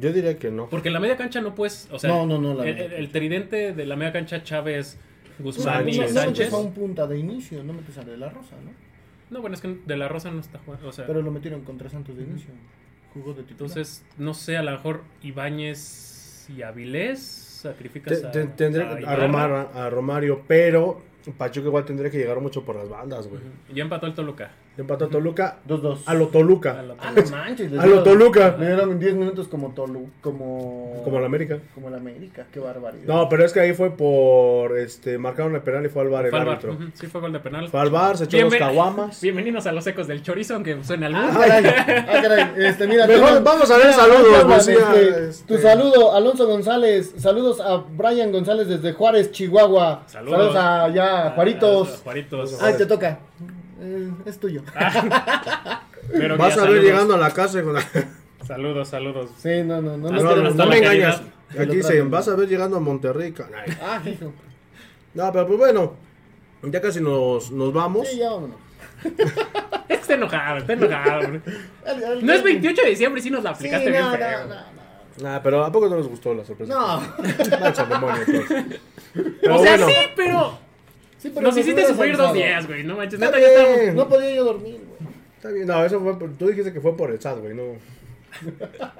Yo diría que no. Porque en la media cancha no puedes. O sea, No, no, no, la el, media el- cancha. el tridente de la media cancha Chávez, Pues, Guzmán Sánchez, y no, no Sánchez. metes a un punta de inicio, no metes a De La Rosa, ¿no? No, bueno, es que De La Rosa no está jugando. O sea, Pero lo metieron contra Santos de inicio. Jugó de titular. entonces, no sé, a lo mejor Ibáñez y Avilés sacrificas Te- a. te- tendré a a, Ibarra. Romar- a Romario, pero Pachuca igual tendría que llegar mucho por las bandas, güey. Ya empató el Toluca. Empató a Toluca. 2-2. A lo Toluca. A lo- Ah, no manches. le A lo dieron- Toluca. Le dieron 10 minutos como Tolu, como... Como la América. Como la América, qué barbaridad. No, pero es que ahí fue por. este Marcaron el penal y fue al bar el Fue al bar, árbitro. ujú, Sí, fue gol de penal. Fue al bar, se echó Bienven- los caguamas. Bienvenidos a los ecos del chorizo, aunque suena algo. Ah, caray, ah, caray, Este, mira, Mejor tengo- vamos a ver mira, saludos, Juan, pues, mira, este, este- Tu saludo, Alonso González. Saludos a Brian González desde Juárez, Chihuahua. Saludos. a ya, a Juaritos. Juaritos. Ah. Ay, te toca. Eh, es tuyo. Pero Vas ya, a ver saludos. llegando a la casa. Con Saludos, saludos. Sí, no, no, no. Ah, No, no no, hasta no, la no me calidad. engañas. Te lo Aquí dicen, tratan. vas a ver llegando a Monterrey. caray. Ah, hijo. No, pero pues bueno. Ya casi nos, nos vamos. Sí, ya vámonos. Está enojado, está enojado. hombre. Dale, dale, No es dale. 28 de diciembre, sí nos la Sí, aplicaste no, bien no, feo. no, no. Ah, pero ¿a poco no les gustó la sorpresa? No. Mancha, demonio, pues. Pero o sea, bueno. sí, pero Sí, pero nos me hiciste hubieras sufrir dos avisado. días, güey. No manches, Está neta, ya estábamos. bien. No podía yo dormir, güey. Está bien, no, eso fue por- tú dijiste que fue por el SAT, güey, no.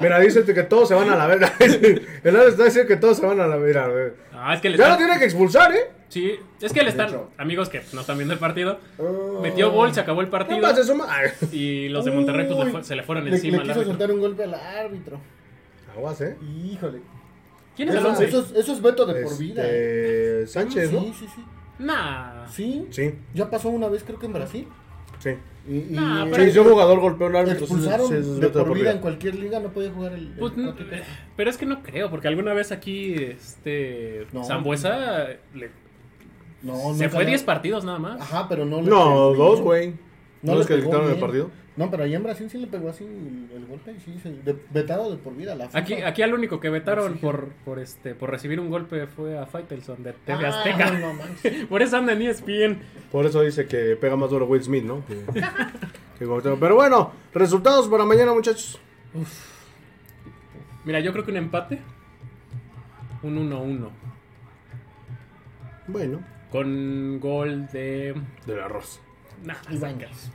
Mira, dice que todos se van a la verga. El SAT está diciendo que todos se van a la verga. güey. Ah, es que le Ya lo están. tiene que expulsar, ¿eh? Sí, es que le están. hecho. Amigos que no están viendo el partido. Oh. Metió gol, se acabó el partido. Nada más se suma. Ay, Y los de Monterrey pues, le Uy. fue- se le fueron Le- encima. Le al quiso árbitro. soltar un golpe al árbitro. Aguas, ¿eh? Híjole. ¿Quién es el Eso, 11? eso es, eso es veto de por vida. ¿eh? Este, Sánchez, Sí, ¿no? sí, sí. Nah. Sí. Sí, Ya pasó una vez, creo que en Brasil. sí. Y, y- Nah, Sí, pero- si un jugador golpeó a un árbitro. sí, Ah, expulsaron sí, sí, sí, de sí, por sí, vida, sí. en cualquier liga. No podía jugar el. el Pues, n- cuate. eh, pero es que no creo, porque alguna vez aquí, este. No. Zambuesa le- no, se nunca fue le- 10 partidos nada más. Ajá, pero no. le No, pegó dos, bien. güey. ¿No, le es que le pegó quitaron el bien. partido? No, pero ahí en Brasil sí le pegó así el, el golpe. y Sí, se- de- vetado de por vida. La FIFA. Aquí, aquí al único que vetaron Sí. por, por este por recibir un golpe fue a Faitelson de TV Ah, Azteca. no manches. Por eso anda en E ESPN. Por eso dice que pega más duro Will Smith, ¿no? Que- que Cuauhtémoc. Pero bueno, resultados para mañana, muchachos. Mira, yo creo que un empate. Un 1-1. Bueno, Con gol de. del arroz. Nah, Ibáñez.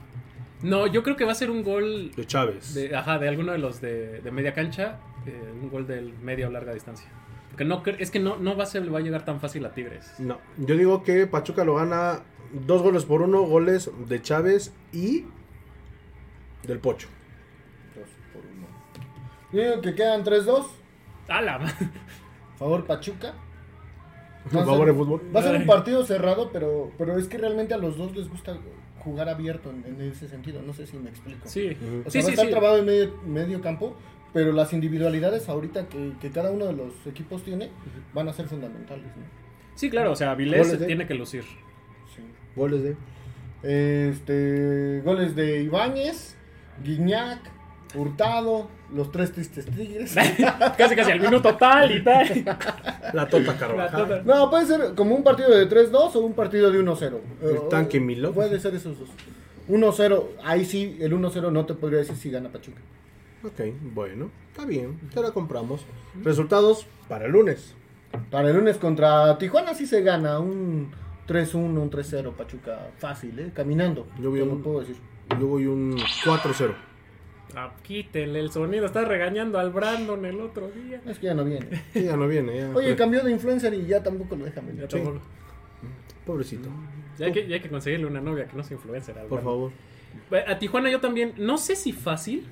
no, yo creo que va a ser un gol De Chávez. de, ajá, de alguno de los de, de media cancha. eh, un gol del media o larga distancia. Porque no cre- es que no, no va a ser, le va a llegar tan fácil a Tigres. No, yo digo que Pachuca lo gana dos goles por uno, goles de Chávez y del Pocho. Dos por uno. Yo digo que quedan 3-2. ¡Ala! ma- Favor Pachuca. Por favor, el fútbol. Va a ser un Ay. partido cerrado, pero, pero es que realmente a los dos les gusta jugar abierto en, en ese sentido. No sé si me explico. Sí, O sí, sea, va a sí. estar sí. trabado en medio, medio campo, pero las individualidades ahorita que, que cada uno de los equipos tiene van a ser fundamentales. ¿no? Sí, claro, o sea, Avilés se Goles ¿eh? de- tiene que lucir. Sí. Goles de. Este, goles de Ibáñez, Guiñac, Hurtado, los tres tristes tigres. casi, casi al minuto tal y tal. La Tota La Carvajal. tota- No, puede ser como un partido de 3-2 o un partido de 1-0. El tanque Milo. Puede ser esos dos. 1-0, ahí sí, el 1-0 no te podría decir si gana Pachuca. Ok, bueno, está bien, te la compramos. Resultados para el lunes. Para el lunes contra Tijuana sí se gana un 3-1, un 3-0 Pachuca. Fácil, ¿eh? Caminando. Yo Yo vi un- lo puedo decir. Yo voy un 4-0. Ah, quítenle el sonido, está regañando al Brandon el otro día. Es que ya no viene. Sí, ya no viene, ya. Oye, cambió de influencer y ya tampoco lo dejan Ya, venir. tampoco- Pobrecito, ya hay que, ya hay que conseguirle una novia que no sea influencer. al por Brandon. favor. A Tijuana yo también, no sé si fácil,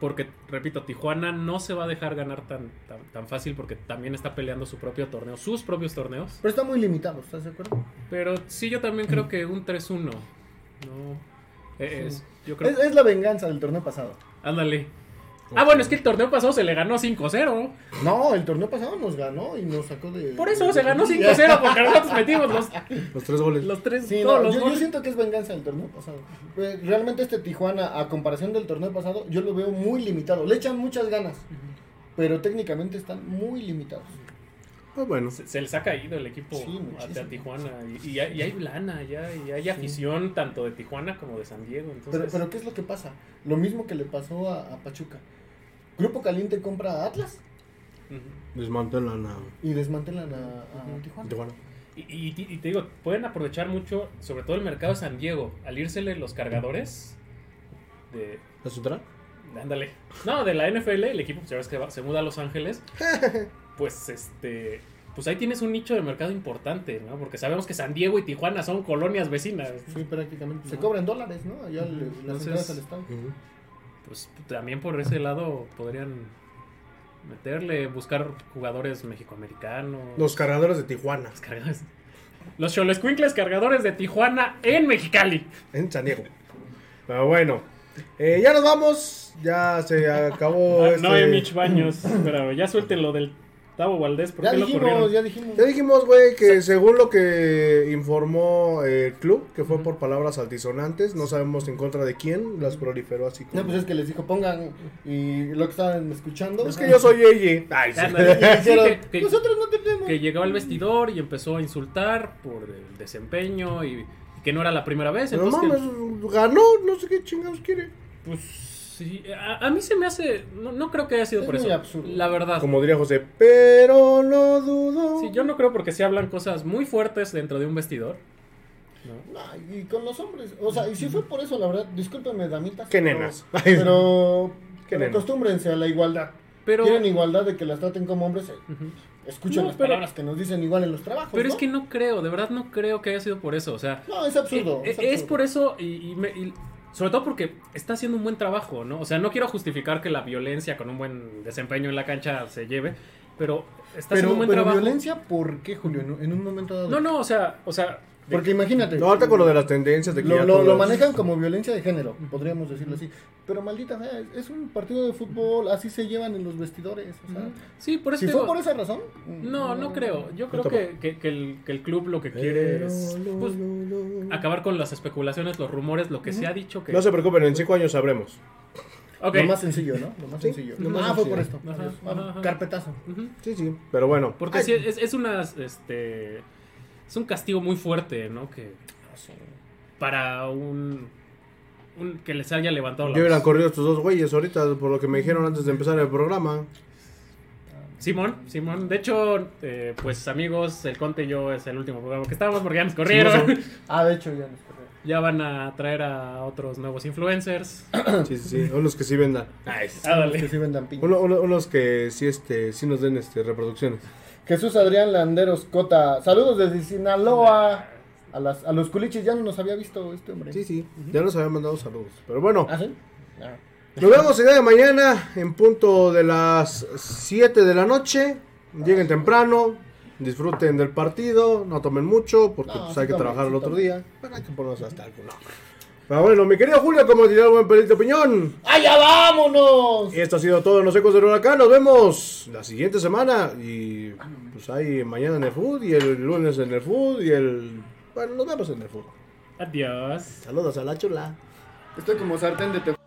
porque, repito, Tijuana no se va a dejar ganar tan, tan, tan fácil porque también está peleando su propio torneo, sus propios torneos. Pero está muy limitado, ¿estás de acuerdo? Pero sí, yo también creo que un 3-1. No. eh, es- yo creo. Es, es la venganza del torneo pasado. Ándale. Ah, bueno, es que el torneo pasado se le ganó 5-0. No, el torneo pasado nos ganó y nos sacó de. Por eso se ganó 5-0, porque nosotros metimos los, Los tres goles. los tres. Sí, todos no, los yo, yo goles. siento que es venganza del torneo pasado. Pues, Realmente este Tijuana, a comparación del torneo pasado, yo lo veo muy limitado. Le echan muchas ganas, pero técnicamente están muy limitados. Ah, bueno, se, se les ha caído el equipo Sí, a- muchísimo. a, Tijuana. Y, y hay, y hay lana, ya, y hay afición tanto de Tijuana como de San Diego. Entonces, pues, Pero, pero ¿qué es lo que pasa? Lo mismo que le pasó a, a Pachuca. Grupo Caliente compra a Atlas ujú. desmantelan a y desmantelan a, a Tijuana. Tijuana. Y, y- y te digo, pueden aprovechar mucho, sobre todo el mercado de San Diego, al írsele los cargadores de... ¿La Sutra? Ándale. No, de la NFL, el equipo, pues ya ves que va- se muda a Los Ángeles. Pues este... Pues ahí tienes un nicho de mercado importante, ¿no? Porque sabemos que San Diego y Tijuana son colonias vecinas. Sí, prácticamente. Se No. cobran dólares, ¿no? Allá le- las Entonces- entradas al estado. Ujú. Pues también por ese lado podrían meterle, buscar jugadores mexicoamericanos. Los cargadores de Tijuana, Los cargadores. Los Cholescuincles cargadores de Tijuana en Mexicali. en San Diego. Pero bueno, eh, ya nos vamos. Ya se Oh, acabó. Ah, este- No, Mitch Baños. Pero ya suelten lo del Tavo Valdés. ¿Por Ya qué lo dijimos, corrieron? ya dijimos. Ya dijimos, güey, que según lo que informó eh, el club, que fue por palabras altisonantes, no sabemos en contra de quién, las proliferó así como... No, pues es que les dijo pongan y lo que estaban escuchando. Es que yo soy Yeye. Ay, sí. Ah, no, Y dijeron, sí, que- que- Nosotros no tenemos. Que llegó al vestidor y empezó a insultar por el desempeño y, y que no era la primera vez. No Entonces, que- mames, ganó, no sé qué chingados quiere. pues sí. A, a mí se me hace. No, no creo que haya sido Es por muy eso. absurdo. La verdad. Como diría José, pero no dudo. Sí, yo no creo porque se hablan cosas muy fuertes dentro de un vestidor. ¿no? No, y con los hombres. O sea, y si fue por eso, la verdad. Discúlpenme, damitas. Qué pero- nenas. Pero. Qué pero nenas. acostúmbrense a la igualdad. Pero. Quieren igualdad de que las traten como hombres. eh, Ujú. Escuchen No, las pero- palabras que nos dicen igual en los trabajos. Pero ¿no? es que no creo, de verdad no creo que haya sido por eso. O sea, No, es absurdo. Eh, eh, es, por eso y, y me- y sobre todo porque está haciendo un buen trabajo, ¿no? O sea, no quiero justificar que la violencia con un buen desempeño en la cancha se lleve, pero está haciendo Pero, un buen pero trabajo. violencia, ¿por qué, Julio? En, en un momento dado. No, no, o sea, o sea, de- Porque imagínate. No, ahorita con lo de las tendencias de que ya Lo, lo- todo lo es- manejan como violencia de género, podríamos decirlo así. Pero maldita sea, es- es un partido de fútbol, así se llevan en los vestidores. o sea, sí, por eso si te fue digo- por esa razón. No, no creo. Yo creo No que, que- que el, que el club lo que quiere es pues, acabar con las especulaciones, los rumores, lo que se ha dicho que No se preocupen, en cinco años sabremos. Ok. Lo más sencillo, ¿no? Lo más sencillo. lo más ah, fue sencillo. por esto. Ajá, Adiós. ajá, ajá. Carpetazo. Ujú. Sí, sí. Pero bueno. Porque Ay, sí, es, es unas, este, es un castigo muy fuerte, ¿no? Que para un, un- que les haya levantado Yo la hubieran voz. corrido estos dos güeyes ahorita por lo que me dijeron antes de empezar el programa. Simón, Simón. De hecho, eh, pues amigos, el Conte y yo es el último programa que estábamos porque ya nos corrieron. Ah, de hecho, ya nos corrieron. ya van a traer a otros nuevos influencers. Sí, sí, sí. Unos que sí vendan. Ah, Que dale. sí vendan piña. Uno- uno- unos que sí, este, sí nos den este, reproducciones. Jesús Adrián Landeros Cota. Saludos desde Sinaloa. A, las, a los culiches ya no nos había visto este hombre. Sí, sí. Ya nos habían mandado saludos. Pero bueno, ¿Ah, sí? Ah. Nos vemos el día de mañana en punto de las 7 de la noche. Lleguen temprano, disfruten del partido, no tomen mucho porque No, pues, sí hay que tomen, trabajar sí el otro tomen. día. Pero hay que ponernos hasta algo, ¿no? Pero bueno, mi querido Julio, como diría el buen pelito piñón. ¡Allá ¡Ah, vámonos! Esto ha sido todo en los ecos del huracán. Nos vemos la siguiente semana. Y pues hay mañana en el food y el lunes en el food y el... Bueno, nos vemos en el food. Adiós. Saludos a la chula. Estoy como sartén de teflón.